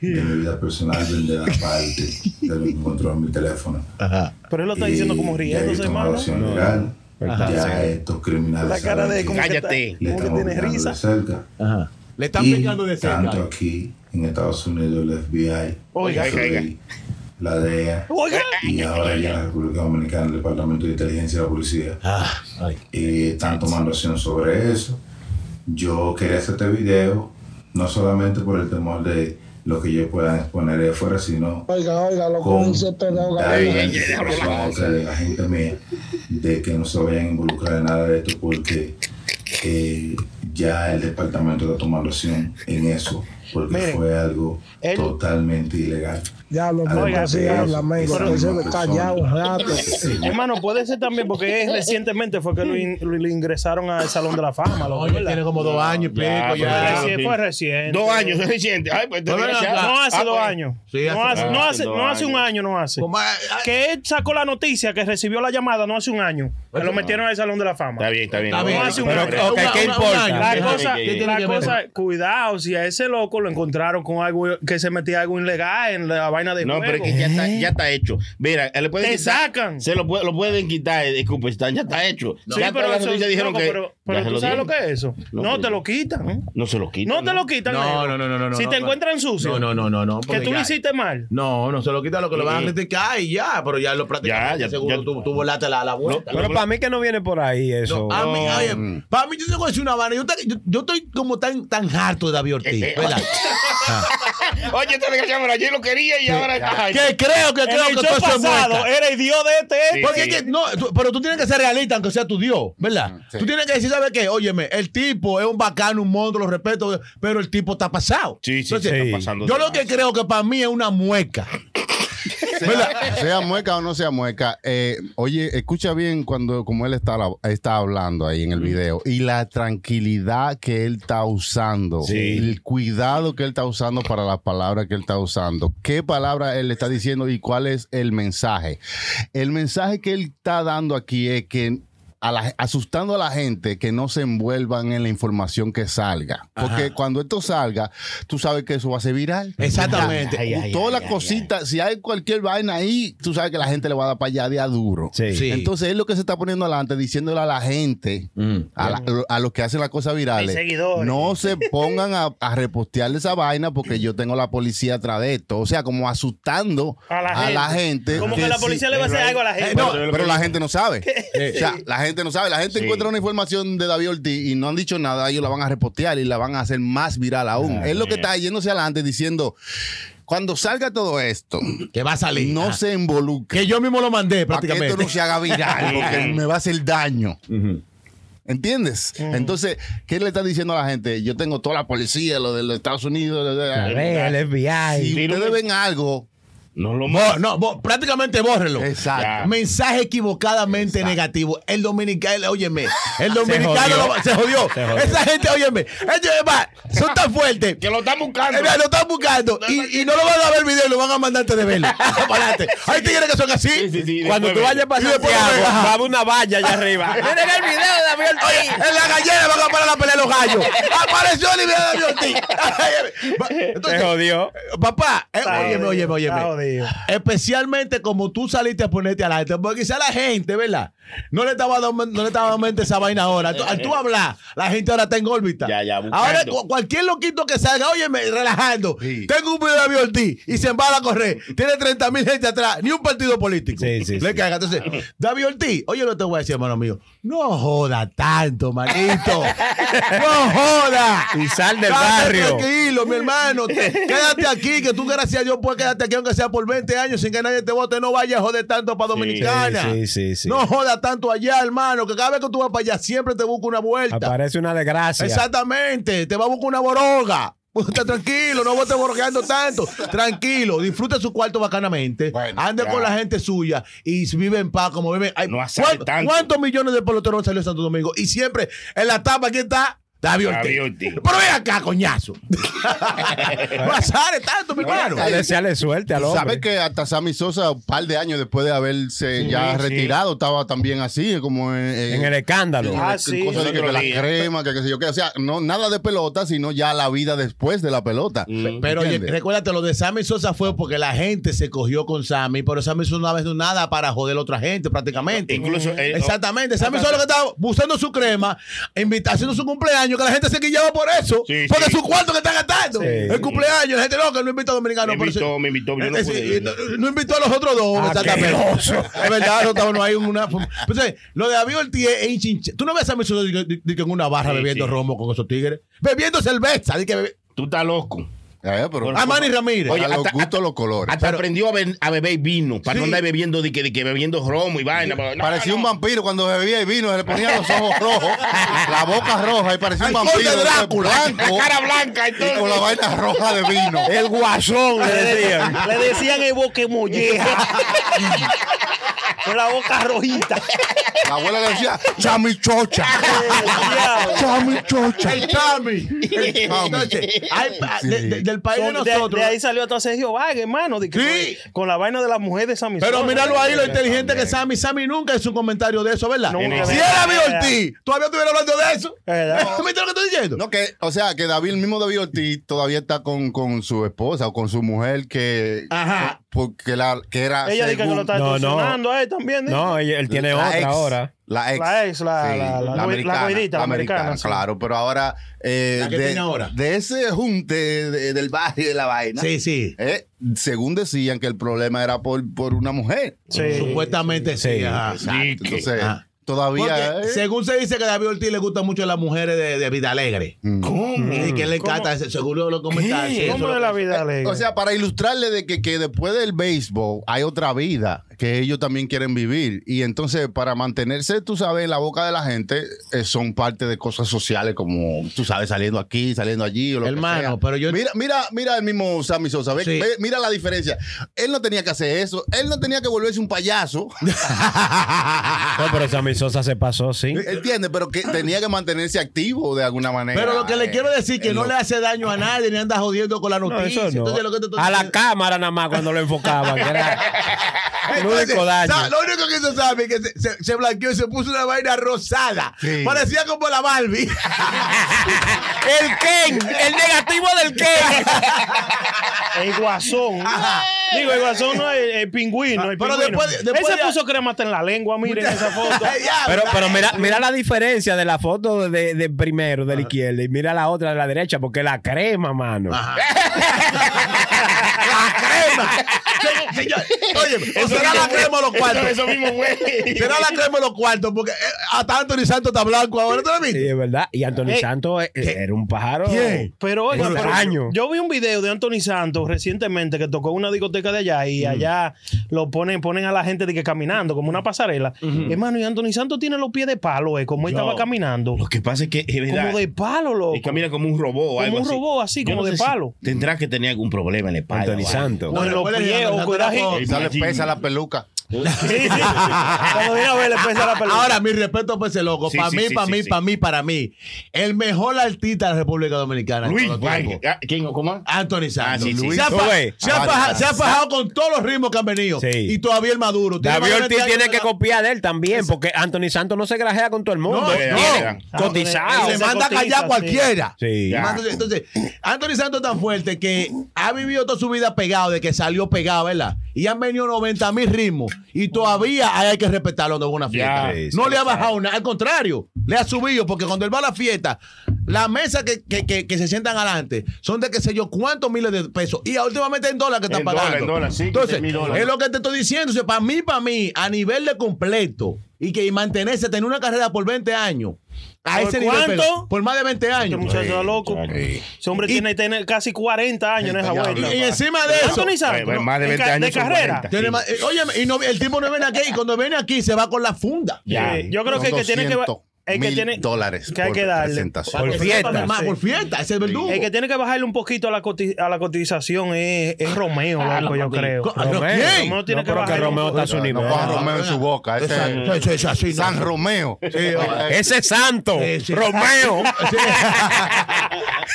que de mi vida personal donde la parte de lo que encontró en mi teléfono.
Pero él lo está diciendo como
Y ya he
riéndose,
tomado
hermano.
acción legal. Ya estos criminales
La cara de
saben
como
que
Cállate.
que,
le
está, como
estamos
que tiene
pegando
risa.
de cerca.
Le están
Y
pegando de cerca.
Tanto aquí en Estados Unidos el FBI,
Oiga.
el FBI, la DEA
Oiga.
y ahora ya la República Dominicana, el Departamento de Inteligencia y la Policía
Ah, ay.
eh, están tomando acción sobre eso. Yo quería hacer este video, no solamente por el temor de lo que yo pueda exponer ahí afuera, sino
Oiga, oiga, lo que dice este Pedro
darle
Gabriel.
la información a la gente mía de que no se vayan a involucrar en nada de esto porque eh, ya el departamento está tomando acción en eso, porque
Miren,
fue algo
él-
totalmente ilegal.
Ya lo
Además
pongo así
de
en
eso,
Pues, la mesa, que
esa
se
misma
me
persona
callado un rato.
que se enseñó
Hermano, puede ser también porque es recientemente fue que lo, in- lo- lo ingresaron al Salón de la Fama. Lo,
Oye, tiene como dos años y
Ya,
pico ya.
pero-
Recién- fue reciente.
Dos años, es reciente. Ay, pues,
No, no, no,
desgraciado.
No hace
Ah,
dos
pues,
años.
Sí, hace-
no, hace, no,
ah,
hace,
dos
no hace un
años.
año, no hace.
Como, ah, ah,
Que él sacó la noticia que recibió la llamada no hace un año. Que lo metieron al Salón de la Fama.
Está bien, está bien.
Está bien.
No hace un
Pero-
año.
ok,
Una-
¿qué
una-
importa?
un año.
La
¿Qué
cosa,
tiene que-
¿Qué
la
que ver?
cosa, cuidado, si a ese loco lo encontraron con algo que se metía algo ilegal en la vaina de
No,
juego.
pero es que ya está, ya está hecho. Mira, le pueden
Te
quitar-
sacan.
Se lo, puede- lo pueden quitar, eh, disculpe, está- ya está hecho.
Sí,
Ya está,
pero
las
eso-
noticias dijeron
loco,
que-
pero- pero
ya se
tú sabes lo
dieron.
que es eso.
No,
No,
pero-
te lo quitan. ¿eh?
No se lo quitan.
No te lo quitan.
No,
negro.
no, no, no, no.
Si
no,
te
no.
encuentran
No,
sucio.
no, no, no, no.
Que
porque
tú lo
ya-
hiciste mal.
No, no se lo quita lo que lo van a criticar y ya, pero ya lo prácticamente
Ya, ya,
seguro
ya.
Tú, tú volaste la, la vuelta.
Pero para mí que no viene por ahí eso.
Ah,
No, a mí, oye, para mí yo tengo que decir una vaina. Yo, te- yo- yo estoy como tan, tan harto de David Ortiz,
Eh, eh,
¿verdad?
Oye, este desgraciado, mira, yo lo quería y ahora está.
Que creo que creo que
En el
todo
show
eso es
pasado
eh,
muestra.
era el dios de este.
Sí,
Porque
sí.
es que, no, tú- pero tú tienes que ser realista, aunque sea tu Dios, ¿verdad?
sí.
Tú tienes que decir, ¿sabes qué? Óyeme, el tipo es un bacano, un monstruo, lo respeto, pero el tipo está pasado.
Sí, sí,
Entonces,
sí, está pasando
Yo
de
lo que
más.
creo que para mí es una mueca.
sea, sea mueca o no sea mueca, eh, oye, escucha bien cuando como él está, está hablando ahí en el video y la tranquilidad que él está usando,
Sí.
el cuidado que él está usando para las palabras que él está usando, qué palabra él está diciendo y cuál es el mensaje. El mensaje que él está dando aquí es que a la- asustando a la gente que no se envuelvan en la información que salga. Porque cuando esto salga, tú sabes que eso va a ser viral.
Exactamente.
Ay, ay,
Todas
ay,
las
ay,
cositas, si hay cualquier vaina ahí, tú sabes que la gente le va a dar para allá de a duro.
Sí.
Sí.
Entonces es lo que se está poniendo adelante, diciéndole a la gente,
Mm,
a, la- a los que hacen las cosas virales,
Mis seguidores.
no se pongan a, a repostearle esa vaina porque yo tengo la policía atrás de esto. O sea, como asustando
A la gente.
gente
Como que, la
sí-
policía le va a hacer algo a la gente.
Eh, no, pero la gente no sabe. Eh, O sea, la gente no sabe. La gente
Sí.
encuentra una información de David Ortiz y no han dicho nada. Ellos la van a repostear y la van a hacer más viral aún. es lo que está yéndose adelante diciendo: cuando salga todo esto,
Que va a salir.
no
Ajá.
se involucre.
Que yo mismo lo mandé
Para que esto
Ah. prácticamente.
no se haga viral porque me va a hacer daño. ¿Entiendes? Entonces, ¿qué le está diciendo a la gente? Yo tengo toda la policía, lo de los Estados Unidos. lo de-
A ver, el FBI.
si
Tiro
ustedes
un-
ven algo,
No lo
Bo- no, bo- prácticamente bórrelo.
exacto.
Ya.
Mensaje equivocadamente negativo. El dominicano, óyeme, el dominicano
jodió.
lo va- se jodió. Esa gente, óyeme, ellos va, son tan fuertes.
Que lo están buscando.
Eh, mira, lo están buscando y, y no lo van a ver el video y lo van a mandar antes de verlo. Para adelante. Hay tigres que son así.
Cuando tú vayas para
Y después
Santiago,
lo ves, ajá.
va a haber una valla allá arriba. Miren el video de David
Oye,
Ortiz.
en la gallera van a parar la pelea de los gallos. Apareció Olivia de Ortiz. Va-
Se
Entonces,
jodió.
eh, papá, eh,
Está
óyeme,
jodido,
óyeme,
está
óyeme.
jodido.
Especialmente como tú saliste a ponerte a la gente, porque quizá la gente, ¿verdad? No le estaba dando, no le estaba dando mente esa vaina ahora. Tú-
Eh,
al tú hablar, la gente ahora está en órbita.
Ya, ya, buscando.
ahora cu- cualquier loquito que salga, óyeme, relajando. Tengo un video de David Ortiz y se embala a correr. Tiene 30 mil gente atrás, ni un partido político.
Sí, sí,
le
sí.
caga. Entonces, David Ortiz, oye lo que te voy a decir, hermano mío. No joda tanto, manito. No joda.
Y sal del
Estate
barrio.
Tranquilo, mi hermano. Te- quédate aquí, que tú, gracias a Dios, puedes quedarte aquí, aunque sea por 20 años, sin que nadie te vote. No vayas a joder tanto para Dominicana.
sí, sí, sí.
No jodas tanto allá, hermano, que cada vez que tú vas para allá siempre te busca una vuelta.
Aparece una desgracia.
Exactamente, te va a buscar una boroga. Está tranquilo, no estés borgeando tanto. Tranquilo, disfruta su cuarto bacanamente.
Bueno,
Ande
ya.
con la gente suya y vive en paz como viven. Ay,
No asalte
¿cuán-
tanto.
¿Cuántos millones de peloteros han salido en Santo Domingo? Y siempre en la tapa, ¿quién está? David Ortiz.
David Ortiz.
Pero ven acá, coñazo. no asares tanto, mi hermano.
A desearle suerte al hombre.
¿Sabes que hasta Sammy Sosa, un par de años después de haberse ya
sí.
retirado, estaba también así, como en, en-
En el escándalo.
en
Ah,
el-
sí.
cosas de que
Otro
la
día.
crema, que qué sé yo qué. O sea, no, nada de pelota, sino ya la vida después de la pelota.
Pero oye,
¿Entiendes?
recuérdate, lo de Sammy Sosa fue porque la gente se cogió con Sammy, pero Sammy Sosa no ha hecho nada para joder a otra gente prácticamente.
Incluso, eh,
Exactamente. Sammy Sosa lo que estaba buscando su crema, invita- haciendo su cumpleaños, que la gente se quillaba por eso.
Sí,
porque
sí.
su cuarto que está gastando.
Sí.
El cumpleaños, la gente no, que no invita a dominicano.
Me invitó, me invitó, yo no pude ir.
Eh, no, no invitó a los otros dos, exactamente. Es verdad, no estaba no hay una. Entonces, lo de David Ortiz es hinchinche. Tú no ves a Sammy Sosa di- di- di- que en una barra
Sí,
bebiendo
sí.
romo con esos tigres, bebiendo cerveza. di que bebe-
tú estás loco.
Eh, pero-
a Manny Ramírez.
Oye, a los
hasta-
gustos, los colores.
Hasta aprendió a, be- a beber vino. Para no
Sí.
andar bebiendo, de que, de que bebiendo romo y vaina. pero no,
parecía
no.
un vampiro cuando bebía y vino, se le ponían los ojos rojos, la boca roja y parecía un
Ay,
vampiro
conde Drácula.
blanco
La cara blanca, entonces.
y con la vaina roja de vino.
El guasón, le decían.
Le decían el boque molleja. Con la boca rojita.
La abuela le decía, chamichocha, chamichocha.
El Chami. El Chami. Entonces, hay pa- de- de- del país de
Son- de,
nosotros.
de ahí salió hasta Sergio Vargas, hermano. de que
Sí.
con, con la vaina de las mujeres de Sammy
pero
Sosa.
míralo ahí, lo inteligente que es Sammy. Sammy nunca hizo un comentario de eso, ¿verdad?
Nunca,
si
¿verdad?
era David Ortiz, todavía estuviera hablando de eso.
¿Verdad?
¿Viste lo que estoy diciendo?
No, que, o sea, que David, el mismo David Ortiz todavía está con, con su esposa o con su mujer que.
Ajá.
Porque la, que era.
Ah. Ella dice que
según-
lo está
No, no.
extorsionando a él también. ¿eh? dice.
No, ella- él tiene
la
otra
ex,
ahora.
La ex.
La ex, la- la- la- la
americana,
güerita, la americana, sí.
Claro, pero ahora. eh,
La que
de,
tiene ahora.
de ese junte de- del barrio y de la vaina.
Sí, sí.
eh, según decían que el problema era por, por una mujer.
Sí.
Supuestamente sí.
Sí.
ajá.
Dique.
Entonces,
Ah.
Todavía.
Porque
eh,
según se dice que David Ortiz le gusta mucho a las mujeres de, de Vida Alegre.
¿Cómo?
Y que le
¿Cómo?
encanta, ese- seguro lo comentan. sí, eso
¿Cómo
lo-
de la vida alegre?
Eh, O sea, para ilustrarle de que, que después del béisbol hay otra vida que ellos también quieren vivir. Y entonces, para mantenerse, tú sabes, en la boca de la gente, eh, son parte de cosas sociales como, tú sabes, saliendo aquí, saliendo allí o lo que
Hermano,
sea.
pero yo-
Mira, mira, mira el mismo Sammy Sosa. ve-
Sí.
ve- mira la diferencia. Él no tenía que hacer eso. Él no tenía que volverse un payaso.
No, pero Sammy Sosa se pasó, sí.
¿Entiendes? Pero que tenía que mantenerse activo de alguna manera.
Pero lo que le
eh,
quiero decir que
en
no
lo-
le hace daño a nadie, ni anda jodiendo con la
No,
noticia.
eso no.
Entonces, lo que te estoy
A la
diciendo-
cámara nada más cuando lo enfocaban. que era el único daño.
sa- Lo único que se sabe es que se, se, se blanqueó y se puso una vaina rosada.
Sí.
Parecía como la Barbie.
El Ken, el negativo del Ken.
El guasón. Digo, el guasón no es el, el pingüino. El
Ah, Pero
pingüino.
después de- después
Él se
de-
puso crema hasta en la lengua, miren esa foto.
Ya,
Pero,
¿verdad?
pero mira, mira la diferencia de la foto de, de primero, de la izquierda, y mira la otra de la derecha, porque la crema, mano.
Se- señor, oye, o será la crema o los cuartos.
Eso mismo, güey.
Será la crema o los cuartos, porque eh, hasta Anthony Santos está blanco ahora, ¿tú lo
Sí,
viste?
es verdad. Y Anthony
Ey,
Santos eh, era un pájaro.
¿Quién?
Pero oiga,
Por
pero
año.
yo vi un video de Anthony Santos recientemente que tocó en una discoteca de allá y allá lo ponen, ponen a la gente de que caminando como una pasarela. Hermano, y Anthony Santos tiene los pies de palo, eh, como él
No.
estaba caminando.
Lo que pasa es que es verdad.
Como de palo, loco.
Y camina como un robot.
Como
algo
un robot, así,
Yo
como de
sé si
palo.
Tendrá que tener algún problema en la espalda.
Anthony
o algo.
Santos.
No, en los
recuerda,
pies,
Leonardo,
o cuidado.
Leonardo,
y-
Ya le pesa la peluca.
Sí, sí. Cuando viene a ver, le pesa la pelota.
Ahora, mi respeto para ese loco.
Ah, Sí,
para
sí,
mí,
sí,
para
sí,
mí,
sí.
para mí, para mí. El mejor artista de la República Dominicana. de
Luis,
todos los
vaya,
tiempos.
ah, ¿quién o cómo?
Anthony Santos.
sí, sí.
Se, ha
Tú
fa-
ves.
se ha
Ah,
faja-
ya.
se ha fajado con todos los ritmos que han venido.
Sí.
Y todavía el Maduro. Tiene más
David
de 20
Ortiz
años
tiene
de
que
la-
copiar de él también, porque Anthony Santos no se grajea con todo el mundo.
No,
Tiene
no. eh.
Cotizado.
Ah, Se
Se
manda a
cotiza,
callar
sí.
cualquiera.
Sí.
Ya.
Entonces, entonces, Anthony Santos es tan fuerte que ha vivido toda su vida pegado, de que salió pegado, ¿verdad? Y han venido 90 mil ritmos. Y todavía hay que respetarlo de una fiesta.
Ya,
sí,
no
sí,
le ha bajado nada, al contrario, le ha subido, porque cuando él va a la fiesta, las mesas que, que- que- que se sientan adelante son de qué sé yo cuántos miles de pesos. Y últimamente en dólares que están
En dólar,
pagando.
en dólar, sí,
Entonces,
15.000 dólares.
es lo que te estoy diciendo. O sea, para mí, para mí, a nivel de completo y que y mantenerse, tener una carrera por 20 años. A
¿Por
ese nivel,
cuánto?
pero por más de 20
Este
años.
muchacho está loco. Ese hombre tiene, tiene casi 40 años en esa
Ya,
vuelta.
Y, y encima de eso.
Anthony Santos.
Bueno, más de
en
20
ca-
años
de
son
carrera.
40.
tiene más- eh, oye, y no- el tipo no viene aquí y cuando viene aquí se va con la funda.
Ya.
Eh, yo creo que el que tiene que va- el que
200.000
tiene
dólares
que hay
por
que darle
presentación.
Por fiesta.
Sí.
Más por fiesta, ese es el verdugo.
El que tiene que bajarle un poquito a la, coti- a la cotización es, es Romeo, loco, yo creo.
Co- ¿Pero
Romeo.
quién? Ah,
Romeo tiene
No,
que
pero que
bajar.
Romeo está a su
No,
nivel.
no coja Romeo en su boca. Ese
Esa-
es
eso es así, no.
San Romeo.
Ese es santo.
Sí, sí.
Romeo.
Sí.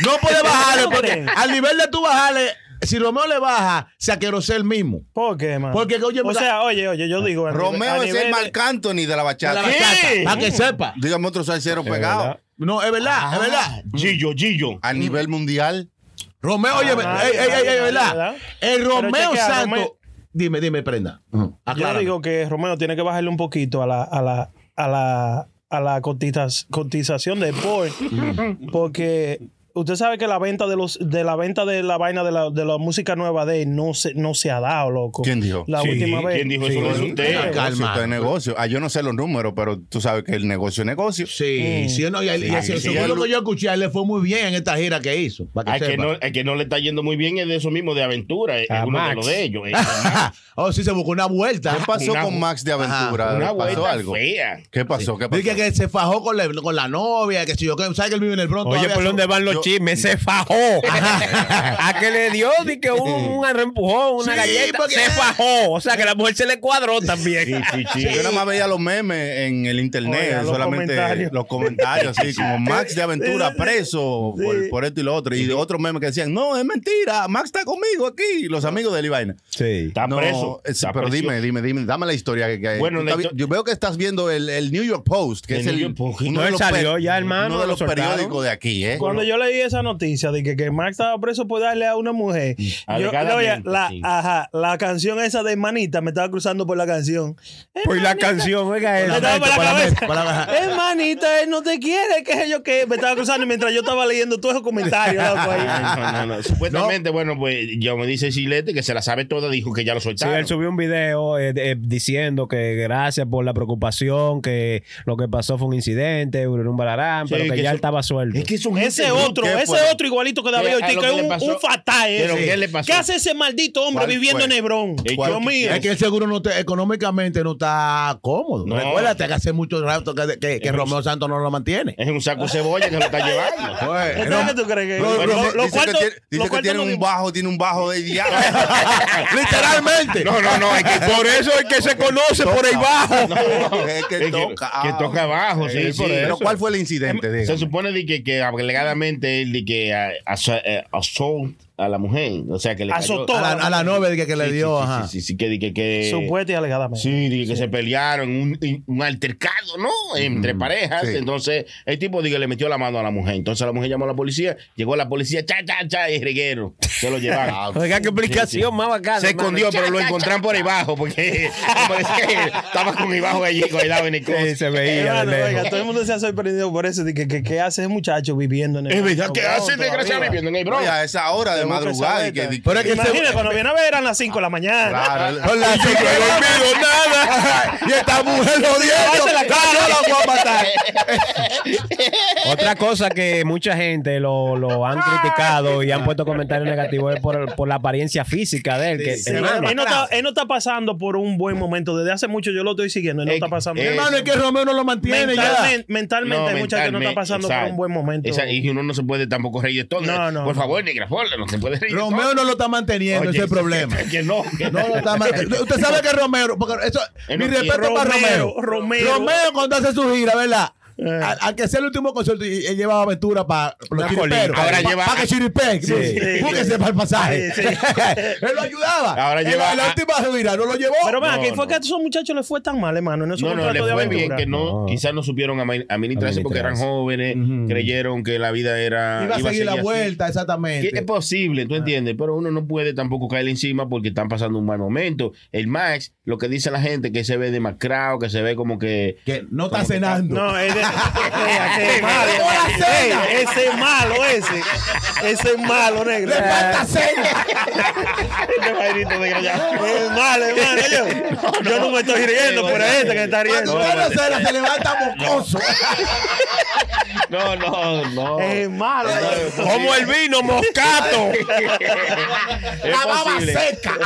No puede bajarle porque al nivel de tú bajarle, si Romeo le baja, se aquerosé el mismo.
¿Por qué, man?
Porque, oye,
o sea, oye, oye, yo digo. a nivel- a
Romeo es
nivel
el
de-
Marc Anthony de la bachata.
¿Qué?
Para que sepa.
Dígame otro salsero pegado.
No, es verdad,
Ah.
es verdad.
Gillo, Gillo.
A nivel mundial.
Romeo, oye,
Ah,
ey, ey, ey, ey,
ah,
¿verdad?
¿verdad?
El Romeo
chequea,
Santos.
Romeo-
Dime, dime, prenda.
Yo
Aclárame.
digo que Romeo tiene que bajarle un poquito a la, a la, a la, a la cotizas- cotización de Paul.
Mm.
porque usted sabe que la venta de los, de la venta de la vaina de la, de la música nueva de él no se, no se ha dado, loco.
¿Quién dijo?
La
Sí,
última vez.
¿Quién dijo eso? Lo hizo usted.
Venga,
Negocio,
calma.
esto es negocio. Ah, yo no sé los números, pero tú sabes que el negocio es negocio.
Sí, sí, no, y, y- y-
sí,
según
sí.
lo que yo escuché, a él le fue muy bien en esta gira que hizo. Para
Al
Ah, que
que,
sepa.
no, al que no le está yendo muy bien es de eso mismo, de aventura. Es,
A
es uno de
Max.
los de ellos. eh.
oh, sí, se buscó una vuelta.
¿Qué pasó
Una-
con Max de Aventura?
Una
¿Le pasó
vuelta
algo?
fea.
¿Qué pasó? ¿Qué pasó?
Dice que se fajó con la, con la novia, que si yo, que sabe que él vive en el Bronx.
Oye,
todavía,
¿por
su-
dónde van los
yo-
chismes? Se fajó. a que le dio di que un, un empujón, una
Sí,
galleta.
porque-
Se fajó. O sea, que la mujer se le cuadró también.
Sí, sí, sí.
Yo nada más veía los memes en el internet,
Oiga, los
solamente
comentarios.
los comentarios, así como Max de Aventura preso por, por esto y lo otro. Y de otros memes que decían, no, es mentira, Max está conmigo aquí, los amigos de Livaina.
Sí.
Está
No,
preso.
es-
Está
pero
preso.
dime, dime, dime, dame la historia que, que-
Bueno,
tú
la
estás-
histo-
yo veo que estás viendo el, el New York Post, que
El
es
New
el
York Post.
uno
No,
de
él
los per-
salió ya, hermano,
uno de
lo
los
soltaron.
periódicos de aquí, ¿eh?
Cuando yo leí leí esa noticia de que, que Max estaba preso por darle a una mujer. Yo, oye,
Alegadamente,
la,
sí.
ajá, la canción esa de Hermanita me estaba cruzando por la canción.
Pues la
Hermanita,
canción, oiga
Me
eso.
estaba por la
por la mente,
cabeza.
por la-
Hermanita, él no te quiere, que yo que me estaba cruzando mientras yo estaba leyendo todos esos comentarios. loco, ahí.
No, no, no. Supuestamente, bueno, pues yo me dice Silete que se la sabe toda, dijo que ya lo
Sí,
soltaron.
él subió un video eh, de- eh, diciendo que gracias por la preocupación, que lo que pasó fue un incidente, un balarán,
Sí,
pero
que
que, ya
eso-
él estaba suelto.
es que son
Ese
gente
otro,
bruta,
ese
pues.
otro igualito que
¿Qué-
David
a
Ortiz,
lo
que
que
es
le
un,
pasó?
un fatal
¿Pero
ese.
qué le pasó?
hace ese maldito hombre
¿Cuál
viviendo
fue?
en Hebrón?
¿Cuál-
Dios mío.
qué-
Es que el seguro no te- económicamente no está cómodo.
No.
Recuérdate que hace mucho rato que, que- que Romeo Santos no lo mantiene.
Es un saco de cebolla que lo está llevando.
Oye,
¿Qué
no.
tal que tú crees que-
Pero
Lo-
dice-
lo
dice
cuarto-
que tiene,
lo
dice que
cuarto
tiene
no
un
vi-
bajo, tiene un bajo de diablo.
Literalmente.
No, no, no. Es que por eso es que se conoce por ahí bajo.
Es que toca. ah,
Que, toca abajo, sí,
Sí,
sí.
Pero ¿cuál fue el incidente?
Mm, Se
Dígame?
supone de que, que alegadamente él de que ah, asa- eh, assault a la mujer. O sea, que le cayó-
Azotó.
A la, a la novia de que, que le
Sí, sí,
dio,
sí, Sí,
ajá.
sí, sí, que, de que, que-
Supuesta y alegadamente.
Sí, dije que se pelearon, un, un altercado, ¿no? Entre parejas.
sí.
Entonces, el tipo dije, le metió la mano a la mujer. Entonces, la mujer llamó a la policía. Llegó la policía, cha, cha, cha, y reguero. Se lo llevaron.
Oiga, qué explicación más bacana.
se
hermano.
escondió, pero lo encontraron por ahí abajo, porque parecía que estaba con ahí abajo allí, colgado en el coche.
Sí, se veía. de
Hermano, oiga,
lejos.
todo el mundo se ha sorprendido por eso. de que, que- ¿Qué hace ese muchacho viviendo en el
Es verdad, ¿qué
Hebrón
hace desgraciado
todavía?
viviendo en el
Oye,
Bronx?
a esa hora de
Tengo que
madrugada.
saber,
y que-
tal.
Pero es que el
Imagínate,
seguro-
cuando viene a ver eran las 5 de la mañana.
Claro.
Con la- yo no he dormido nada. Y esta mujer lo dio.
Hace la cara.
Yo la voy a matar.
Otra cosa que mucha gente lo, lo han criticado y han puesto comentarios negativos es por, por la apariencia física de él. que,
Sí,
hermano,
él, no está, él no está pasando por un buen momento. Desde hace mucho yo lo estoy siguiendo. Él no
Eh,
está pasando.
eh,
Hermano, es que Romeo no lo mantiene ya.
Mentalmente, mentalmente hay mucha que no está
mentalmente,
pasando por
exacto.
un buen momento.
Esa- y uno no se puede tampoco reír de todo.
No, no,
Por
no.
favor, negra, porla, no se puede reír de todo.
Romeo no lo está manteniendo, ese es el problema.
Que no, que
No lo está manteniendo. Usted sabe que Romeo, porque eso,
Él
mi
no
respeto
quiere.
para Romeo.
Romeo, Romeo.
Romeo cuando hace su gira, ¿verdad? Al al que sea el último concierto, y- él lleva aventura para los chiriperos.
Ahora
pa-
lleva-
Para que chiripen. Búsquese para el pasaje.
Sí, sí.
él lo ayudaba.
Ahora
En
lleva-
la- en la última gira no lo llevó.
Pero vean,
No,
que fue
no.
que a esos muchachos les fue tan mal, hermano. No,
No, no, le fue bien que no,
No.
quizás no supieron ama- administrarse porque eran
Administrarse.
jóvenes, creyeron que la vida era
Ah, iba a seguir la
así.
vuelta, Ah.
Que
exactamente.
es posible, tú entiendes, pero uno no puede tampoco caerle encima porque están pasando un mal momento. El Max, lo que dice la gente, que se ve demacrado, que se ve como que
Que no está cenando.
No, es de- Oiga, que es malo.
¡Llegó la cena!
Ey, Ese es malo, ese. Ese es malo, negro.
Le
eh.
falta cena.
este vainito de grallado.
Es malo, hermano. Yo, yo no me estoy riendo
Eh,
por este que está
Cuando
riendo.
usted no cena, se levanta mocoso.
No, no, no.
Es malo.
pues,
Como el vino moscato.
La baba seca.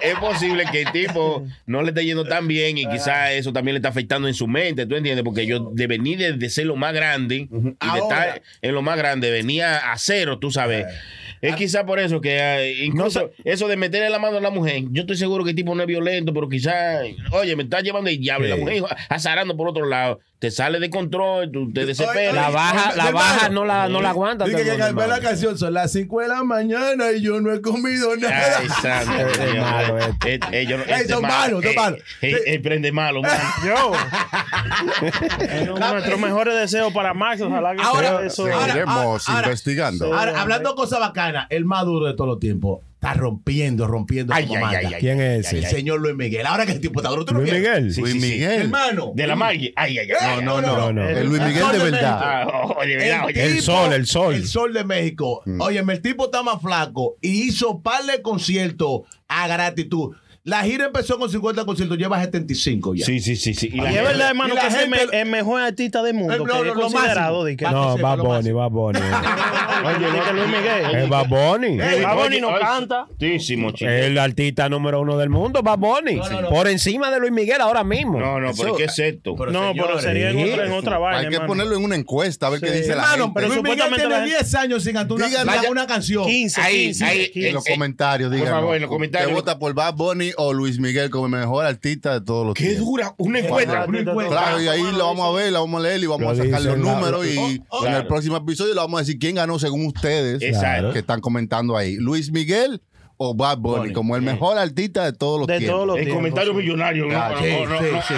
es posible que el tipo no le esté yendo tan bien y quizás eso también le está afectando en su mente, ¿tú entiendes? Porque yo de venir de, de ser lo más grande y de
Ahora.
estar en lo más grande, venía a cero, tú sabes.
Ah.
Es quizás por eso que eh, incluso eso de meterle la mano a la mujer, yo estoy seguro que el tipo no es violento, pero quizás, oye, me está llevando el diablo y la mujer azarando por otro lado, te sale de control, tú te desesperas.
La baja, la
Hermano.
baja no la, no la aguanta.
Dije
todo
que
el mundo,
cambió la
hermano.
canción, son las 5 de la mañana y yo no he comido nada.
Ay, santo.
Este es
Dios.
malo,
Eh, eh, yo no-
Ey,
este es
son malos, son
Eh,
malos.
eh, eh, prende malo, mano.
Yo. Bueno, Nuestros mejores deseos para Max. Ojalá que
Ahora-
eso.
ahora-
Seguiremos
ahora-
investigando.
Ahora, hablando de cosas bacanas, el más duro de todos los tiempos está rompiendo, rompiendo.
Ay,
como
ay,
manda.
ay, ay.
¿Quién es
El
ese?
señor Luis Miguel. Ahora que el tipo está duro, ¿tú lo
Luis
vieron?
Miguel.
Sí,
Luis
sí, sí.
Miguel.
Hermano.
De la Maggie. Ay, ay, ay.
No, no, no.
No, no.
El Luis Miguel de verdad.
Ah, oh, de verdad, oye.
El sol, el sol.
El sol de México. Óyeme, el tipo está más flaco y hizo par de conciertos a gratitud. La gira empezó con 50 conciertos, lleva 75 ya.
Sí, sí, sí, sí. Y
Y es
gente-
verdad, hermano,
y la
que es el,
gente-
me- el mejor artista del mundo.
Eh, no,
que
no,
es
lo máximo.
considerado. di que-
Va-
No,
Sí,
Bad
lo más-
Bunny, Bad Bunny.
Oye, di que Luis Miguel.
Es Bad Bunny.
Oye,
Bad Bunny no
oye,
canta.
Muchísimo, chico.
El artista número uno del mundo, Bad Bunny. Por encima de Luis Miguel ahora mismo.
No, no, pero
Eso-
¿qué es esto?
Pero
No,
señores,
pero sería en otra, en otra vaina.
Hay que
hermano.
ponerlo en una encuesta a ver qué
Sí.
dice la
Hermano,
gente.
pero Luis Miguel
supuestamente la
tiene
gente-
10 años sin cantar una,
Díganle-
sacar una canción.
15,
Ahí,
15,
ahí,
15.
en los
eh,
comentarios,
por
díganos.
favor, en los comentarios.
¿Usted vota por Bad Bunny o Luis Miguel como el mejor artista de todos los
Qué
tiempos?
dura una encuesta.
Una encuesta.
Claro, y ahí lo vamos a ver, lo vamos a leer y
Lo
vamos a sacar los
dicen la-
números y
Oh, oh.
en el próximo episodio le vamos a decir quién ganó según ustedes
Exacto.
que están comentando ahí. Luis Miguel o Bad Bunny,
Bunny,
como el mejor artista de todos los
De
tiempos.
todos los
El
tiempos,
comentario
sí.
millonario. No,
Ah,
no,
sí,
no,
sí,
no.
sí.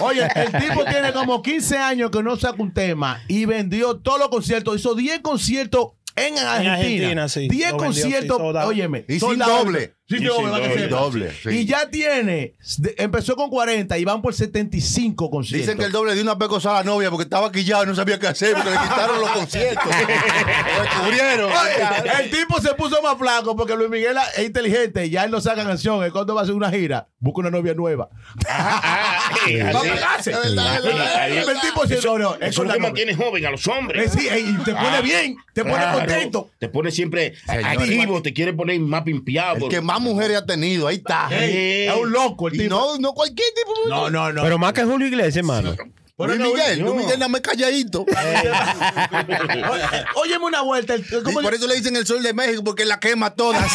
Oye, el tipo tiene como 15 años que no saca un tema y vendió todos los conciertos. Hizo 10 conciertos en Argentina.
Argentina, sí.
10
Lo vendió,
conciertos,
sí, sold out.
óyeme.
Y sin
sold out.
doble.
Sí,
Y
sin
sin
doble, ¿verdad que
doble.
sí?
Doble, sí.
Y ya tiene, de- empezó con 40 y van por 75 conciertos.
Dicen que el doble dio una pecosa a la novia porque estaba quillado y no sabía qué hacer porque le quitaron los conciertos. Lo descubrieron.
Oye, el tipo se puso más flaco porque Luis Miguel es inteligente. Ya él no saca canción. Él cuando va a hacer una gira, busca una novia nueva.
Ah, eh,
Va a
así.
pegarse.
Es verdad, es verdad,
es
El tipo dice, no, no, es
Eso
con
es lo
la
que
novia.
mantiene joven a los
Eh,
hombres.
sí, eh, y te pone
Ah,
bien, te pone
Claro.
contento.
Te pone siempre
Señores.
activo, te quiere poner más pimpeado.
El que más mujeres ha tenido, ahí está.
Ey,
Es un loco el
Y
tipo.
no, no cualquier tipo.
no, no, no.
Pero más que Julio Iglesias, hermano.
Pero
Luis
no,
Miguel,
no.
Luis Miguel nada más calladito.
Oye, Óyeme una vuelta. el-
Y
¿cómo
por eso le dicen el sol de México, porque la quema todas.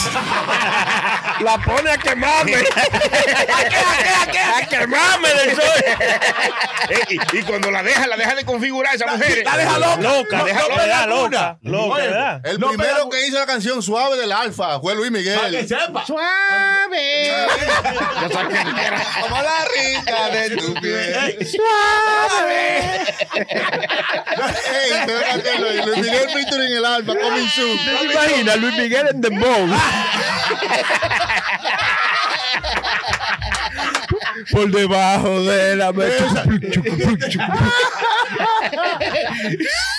La pone a quemarme. a quemarme del sol.
Ey, y, y cuando la deja, la deja de configurar esa mujer.
La deja loca.
Loca,
No,
deja
no
loca.
pega una.
loca, loca,
Oye,
¿verdad?
El
no
primero
pega-
que hizo la canción suave del Alfa fue Luis
Para que
Miguel.
sepa.
Como la rica de tu piel. Ey, espérate, Luis Luis Miguel featuring el Alfa, coming soon.
¿Te imaginas Luis Miguel en The Bowl? Por debajo de la mesa.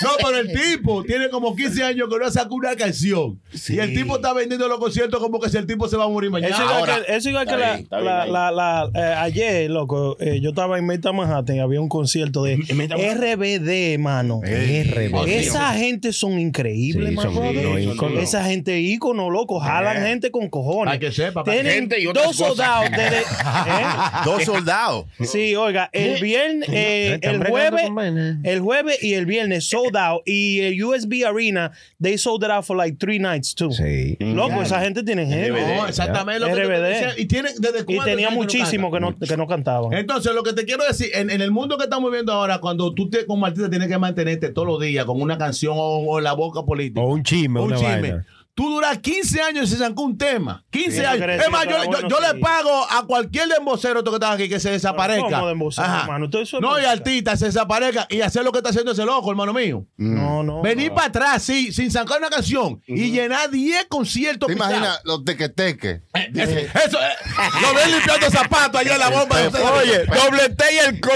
No, pero el tipo tiene como 15 años que no sacó una canción. Y el tipo está vendiendo los conciertos como que si el tipo se va a morir mañana.
Eso igual
Ahora,
que, eso igual que
Está
la,
bien, está
la-
bien
la- la- eh, ayer, loco, eh, yo estaba en Meta Manhattan y había un concierto de
En Meta Manhattan.
RBD, mano. eh,
RBD.
Esa gente son Eh. increíbles,
Sí,
my
son
brother.
unos íconos.
Esa gente ícono, loco, jalan gente con cojones.
Para que sepa, para
Tienen
gente y otras
dos
cosas.
soldados desde- ¿eh?
Dos soldados.
Sí, oiga, el viernes, eh,
Están
el
bregando
jueves,
con vaina.
el jueves y el viernes sold out y el USB Arena they sold it out for like three nights too.
Sí.
Loco, esa gente tiene gente.
No, exactamente lo que te
RBD.
decía. Y, tiene, ¿desde
Y
cuándo
tenía
esa gente no
muchísimo
canta?
que no, que no cantaban.
Eh,
Entonces, lo que te quiero decir, en, en el mundo que estamos viviendo ahora, cuando tú te, como artista tienes que mantenerte todos los días con una canción o, o la boca política.
O un chisme,
o
una
chisme.
vaina.
Tú duras 15 años sin sacar un tema. 15
Sí,
años.
pero
Es más,
sí,
yo,
pero
yo-
bueno,
yo
sí.
le pago a cualquier dembocero esto que están aquí que se desaparezca.
¿cómo dembocero,
Ajá.
hermano? Todo eso es
no, y
música.
artista se desaparezca y hacer lo que está haciendo ese loco, hermano mío.
No, no.
Venir para atrás, sí, sin sacar una canción y llenar 10 conciertos.
¿Te
pisados.
imaginas los tequeteques?
Eso, eso, eh, lo ven limpiando zapatos allá en la bomba.
Oye, doble T y el cro.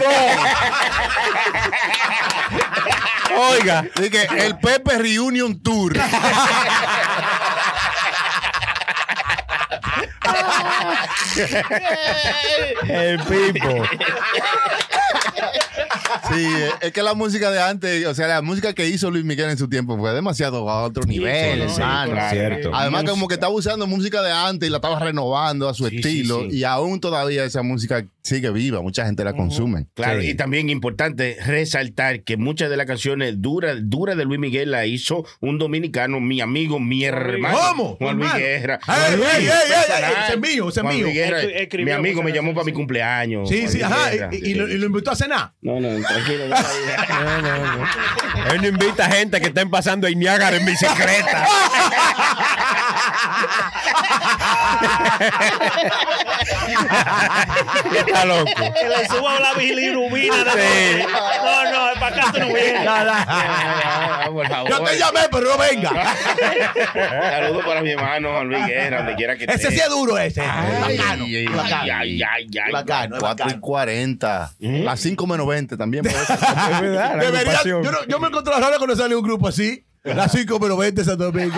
Oiga,
Dije, el Pepe Reunion Tour.
el pipo.
Sí, eh, es que la música de antes, o sea, la música que hizo Luis Miguel en su tiempo fue demasiado a otro nivel,
sí,
hermano.
claro.
Cierto.
Además, como que estaba usando música de antes y la estaba renovando a su
Sí,
estilo.
sí, sí.
Y aún todavía esa música sigue viva. Mucha gente la consume.
Claro,
Sí.
y también importante resaltar que muchas de las canciones duras dura de Luis Miguel la hizo un dominicano, mi amigo, mi hermano.
¿Cómo?
Juan Luis
Hermano.
Guerra.
Ey,
Juan Luis,
ey, ey, ey,
personal.
ey, ese es mío, ese es
Juan
mío.
Luis Guerra,
Escri- escribió
mi amigo
muchas
me llamó
canciones.
para mi cumpleaños.
Sí,
Juan
sí,
Luis
ajá.
Guerra.
Y, y lo, y lo invitó a cenar.
No, no, tranquilo. no.
No, no, no. Él no invita a gente que estén pasando en Niágara en bicicleta. Está loco.
Que le suba la bilirubina. de-
Sí.
No, no, es para acá tú no vienes.
Ah, por favor.
Yo te llamé, pero no venga.
Ah,
Saludos para mi hermano Juan Luis Guerra, donde quiera que
Ese
esté.
sí es duro, ese.
Ay,
Bacano,
ay, ay,
bacano.
Ay, ay, ay.
Bacano, es
4 y
bacano.
40.
¿Eh?
Las 5 menos 20 también. puede ser.
Es verdad. la
Debería, yo,
agrupación.
no- yo me encontré raro cuando sale un grupo así. Las 5 pero 20 Santo Domingo.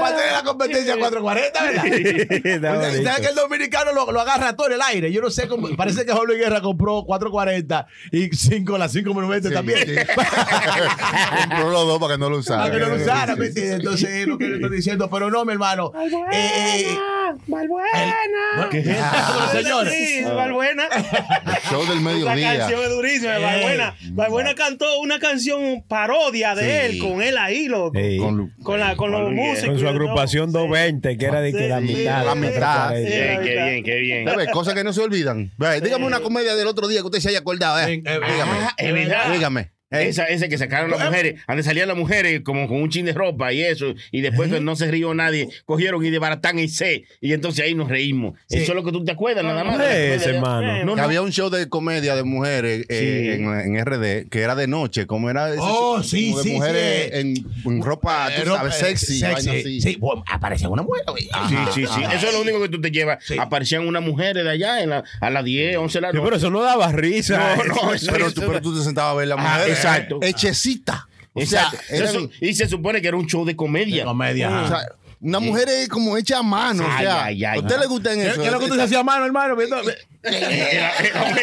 Para tener la competencia 440, ¿verdad?
Está
Porque
bonito.
¿Sabes que el dominicano lo, lo agarra todo en el aire? Yo no sé cómo. Parece que Jorge Guerra compró 440 y 5 las 5 menos 20
Sí,
también.
sí. Compró los dos para que no lo usara.
Para que no lo usara,
Sí,
¿me
sí, sí.
entiendes? Entonces es lo que le estoy diciendo. Pero no, mi hermano. Eh, eh,
Valbuena.
Ah, señores.
Sí, Valbuena.
El show del
Esa
mediodía.
canción es durísima. Valbuena.
Eh,
Valbuena cantó una canción parodia de
Sí.
él, con él ahí, loco.
Sí.
Con Lu-
Con, la, con los
Juan Luis
músicos.
Con su
¿no?
agrupación
Sí.
220, que era de que la
Sí,
mitad.
la mitad.
Sí.
Bien, qué bien, qué bien.
¿Sabes? Cosas que no se olvidan. Ve, Dígame una comedia del otro día que usted se haya acordado. eh.
eh, eh,
Dígame.
Ah, es verdad.
Dígame.
Esa, ese que sacaron las mujeres, donde salían las mujeres como con un chin de ropa y eso, y después que no se rió nadie, cogieron y desbaratan y se, y entonces ahí nos reímos. Eso es lo que tú te acuerdas, nada más.
no es ese, hermano.
No,
Que
no.
Había un show de comedia de mujeres eh, en, en RD que era de noche, como era ese
Oh,
show,
sí,
como de
sí,
mujeres
sí.
En, en ropa,
Eh,
tú
ropa,
sabes,
eh,
sexy, vaina así.
Sí, bueno, aparecía una mujer. güey.
Sí,
Ajá.
sí, sí. Eso es lo único que tú te llevas.
Ah, Sí.
Aparecían unas mujeres de allá en la- a las 10, 11 de la
Sí,
noche.
pero eso no daba risa.
No, no, eso-
pero,
eso-
tú, pero tú te sentabas a ver la
Ajá,
mujer.
exacto.
eh, Hechecita. O
Exacto.
sea, era-
Eso- y se supone que era un show de comedia.
Comedia.
o
ajá.
sea, una mujer es como hecha a mano. o
Ay,
sea,
ay, ay.
¿a usted le gustan
¿Qué
eso?
qué es lo que usted se hacía a mano, hermano? Viendo-
Era-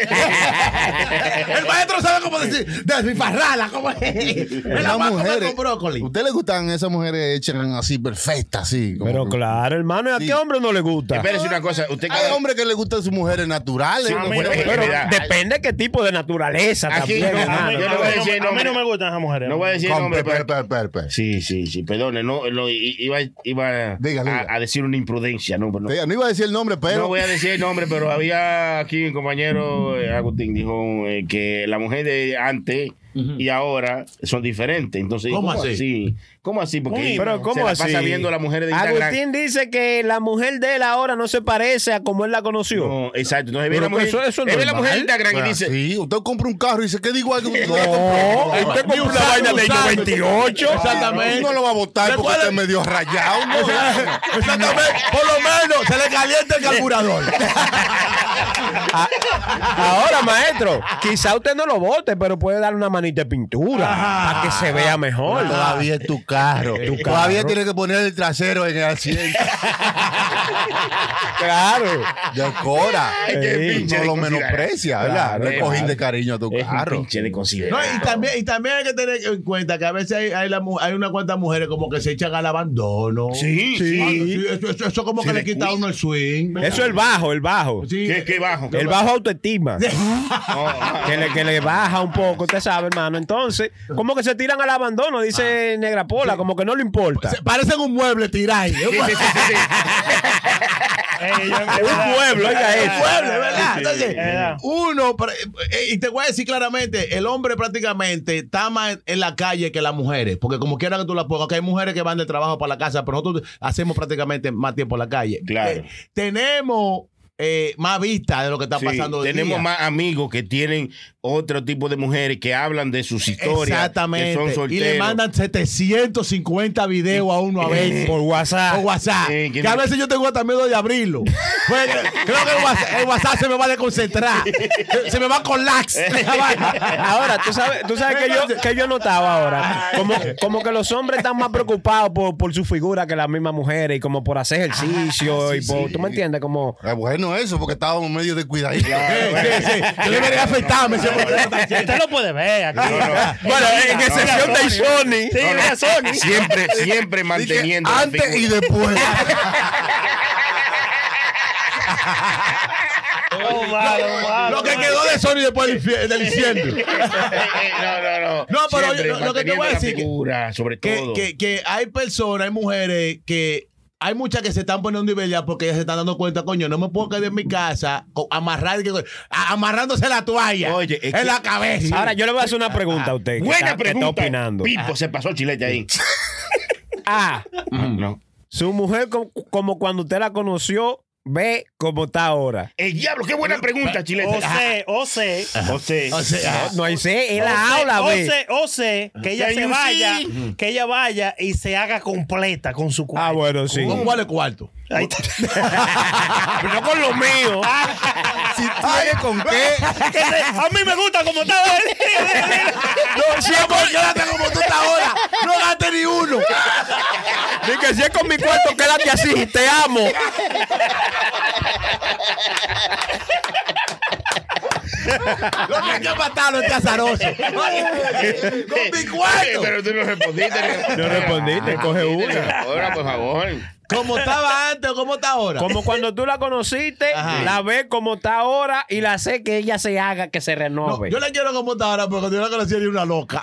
era-
eh, El maestro sabe cómo decir. Desbifarrala, cómo es. Me la
Esas
voy a comer
mujeres-
con brócoli.
¿Usted le gustan esas mujeres hechas así, perfectas, así? como
Pero
que-
claro, hermano, ¿y ¿a
Sí.
qué hombre no le gusta?
Espérese una cosa. Usted
Hay
cada
hombres que le gustan sus mujeres naturales.
Sí,
¿no?
a mí no,
Pero-
eh,
Pero
mira,
depende qué tipo de naturaleza
Aquí
también,
no,
hermano.
yo no voy a decir
a mí
nombre.
no me gustan esas mujeres.
No voy a decir
Con-
nombre,
per-
pero.
per- per- per.
Sí, sí, sí, perdone, no, no, i- iba, iba a-
Diga, diga.
A, a decir una imprudencia, no, pero no.
Te- No iba a decir el nombre, pero.
No voy a decir el nombre, pero había aquí un compañero, eh, Agustín, dijo eh, que la mujer de antes y ahora son diferentes. Entonces,
¿Cómo así?
¿Cómo así? Porque
Uy,
Pero
se
¿cómo
la
así?
pasa viendo a la mujer de Instagram.
Agustín dice que la mujer de él ahora no se parece a como él la conoció.
No, exacto. Entonces, ve
Pero
la mujer,
eso- eso es
él ve la
normal.
mujer de Instagram
Ah,
y dice,
Sí, usted compra un carro y dice, ¿qué digo algo?
No,
No,
Oh, usted compró una
usado,
vaina del
usado.
98.
Exactamente.
No lo va a votar porque
Recuerda-
usted es medio rayado. ¿no?
Exactamente. Por lo menos se le calienta el carburador.
A- Ah, Ahora, maestro, quizá usted no lo vote, pero puede dar una manita de pintura
Ajá.
para que se vea mejor.
Todavía es tu carro. Todavía tiene que poner el trasero en el asiento.
Ah, Claro.
Decora.
qué
Ey,
pinche
no lo
desconsiderado.
menosprecia, ¿verdad?
Claro,
Le cojín de
claro.
cariño a tu
es un
carro.
pinche de
No, y, también, y también hay que tener en cuenta que a veces hay, hay, la mu- hay unas cuantas mujeres como que se echan al abandono.
Sí,
Ah,
sí.
sí, eso, eso- eso como que le quita a uno el swing.
Eso es el bajo, el bajo.
Sí.
¿Qué, qué bajo?
El bajo autoestima.
No,
Que le, que le baja un poco, usted sabe, hermano. Entonces, como que se tiran al abandono,
Ah.
dice Negra Pola, como que no le importa.
Se- Parecen un mueble tiráis.
Sí, sí, sí, sí, sí.
Eh,
un pueblo, oiga
Es
eso.
un pueblo, ¿verdad?
Sí,
Entonces,
es
verdad.
uno, pero, eh, y te voy a decir claramente, el hombre prácticamente está más en la calle que las mujeres, porque como quiera que tú la pongas, que hay mujeres que van del trabajo para la casa, pero nosotros hacemos prácticamente más tiempo en la calle.
Claro.
Eh, tenemos eh, más vista de lo que está
Sí,
pasando. hoy
tenemos
día.
más amigos que tienen otro tipo de mujeres que hablan de sus historias.
Exactamente.
Que son
y
solteros.
le mandan 750 videos a uno a veces.
Por WhatsApp.
Por WhatsApp.
Ah, Sí, que
que a
no-
veces yo tengo hasta miedo de abrirlo. Pues, creo que el WhatsApp, el WhatsApp se me va a desconcentrar. Se, se me va a colapsar. esa vaina.
Ahora, tú sabes, tú sabes que yo que yo he notado ahora. Como, como que los hombres están más preocupados por, por su figura que las mismas mujeres y como por hacer ejercicio y por, tú me entiendes como
Ah, bueno, eso, porque estábamos medio descuidaditos.
Sí, sí. Yo debería afectarme. si yo me pongo tan serio.
Usted lo puede ver aquí.
No, no.
bueno, en excepción de Sony.
No, no. Siempre, siempre
Dije,
manteniendo. la
antes y
figura.
después.
Oh, malo, malo,
Lo que
malo.
quedó de Sony después del infie- del infierno.
Eh, eh, no, no, no.
No, pero
Siempre
yo- lo- lo que
manteniendo
te voy a
la
decir que-
figura, sobre
que,
todo.
que- que hay personas, hay mujeres que hay muchas que se están poniendo nivel ya porque ellas se están dando cuenta, coño, no me puedo quedar en mi casa co- amarrar, que- a- amarrándose la toalla
Oye, es
en
que-
la cabeza.
Ahora yo le voy a hacer una pregunta a usted. que
Buena
está- que
pregunta.
está opinando.
Pipo se pasó chilete ahí.
A.
no.
Su mujer como, como cuando usted la conoció, ve como está ahora.
El diablo, qué buena pregunta,
Ah.
chilete.
O sea, o sea,
José.
O sea,
No, no sé, él
o
la
sea,
habla,
o
Ah, ve.
sea, o sea, que ella
Can
se
you
vaya,
see?
que ella vaya y se haga completa con su cuerpo.
Ah, bueno, sí.
¿cómo vale cuarto?
Ahí está.
No con lo mío.
Si tiene con qué.
Que se- a mí me gusta como está.
No, si como tú estás ahora, no gastes ni uno.
Ni que si es con mi cuarto, quédate así, te amo.
Lo que hay que matarlo este azaroso. Oye, Con mi cuarto.
Pero tú no respondiste.
No respondiste, coge una.
Ahora, por favor.
Como estaba antes, ¿cómo está ahora?
Como cuando tú la conociste,
Ajá.
la ves como está ahora y la sé que ella se haga, que se
No,
renove.
yo la quiero como está ahora, porque cuando yo la conocí era una loca.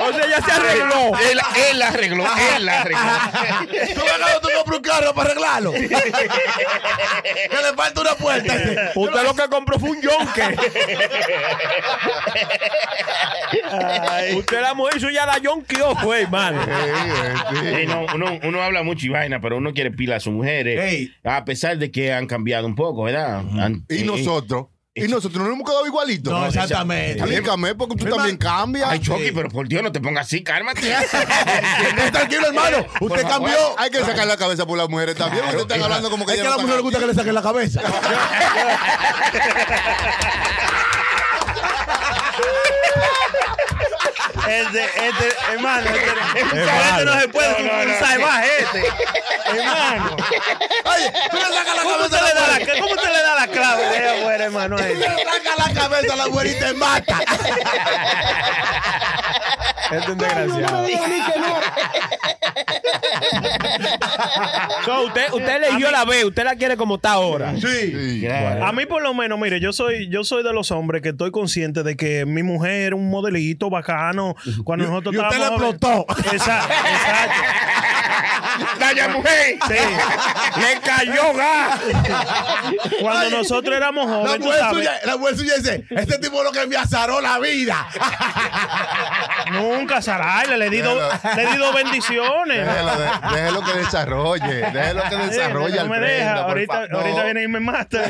O sea, ella se arregló.
Él, él la arregló, él la arregló.
Ah. ¿Tú ves cuando tú compras un carro para arreglarlo? que le falta una puerta. este.
Usted lo que compró fue un yonque. Usted la mujer suya la yonqueó, fue, hermano.
Ey, no, uno, uno habla mucho y vaina, pero uno quiere pila a sus mujeres.
Ey.
A pesar de que han cambiado un poco, ¿verdad? Han- eh,
Y nosotros. Y nosotros nos hemos quedado igualitos.
No, exactamente.
Explícame, porque tú también cambias.
Ay, Chucky, pero por Dios, no te pongas así, cálmate.
Esté tranquilo, hermano. Usted
favor.
cambió. Hay que sacar la cabeza por las mujeres también. Ustedes están hablando como que
Es
ya
que a la
no están-
mujer le gusta que le saquen la cabeza.
Este, este, hermano, este, este
Hermano.
no se puede,
No,
es
no,
un
no.
salvaje este. hermano,
Oye, tú le sacas la
¿cómo
cabeza
usted
a
le
la
da
mujer.
la, cómo usted le da la clave de ella, mujer, hermano? a
Tú
ella?
le sacas la cabeza a la mujer y te mata.
Este es un desgraciado. So, usted, usted eligió la B, usted la quiere como está ahora.
Sí.
A mí por lo menos, mire, yo soy yo soy de los hombres que estoy consciente de que mi mujer era un modelito bacano cuando nosotros
y usted la
estábamos
explotó.
Exacto, exacto.
¡Daya, mujer!
¡Le cayó gas!
Cuando nosotros éramos
La
jóvenes, tú
mujer,
sabes,
suya, la mujer suya dice, este tipo es lo que me azaró la vida.
nunca Sarayla, le di dos le di dos bendiciones.
Déjelo, de- déjelo que desarrolle. Déjelo que
Sí,
desarrolle.
no me
Alfredo,
deja.
por
Ahorita,
fa- no. Ah,
ahorita viene y me mata.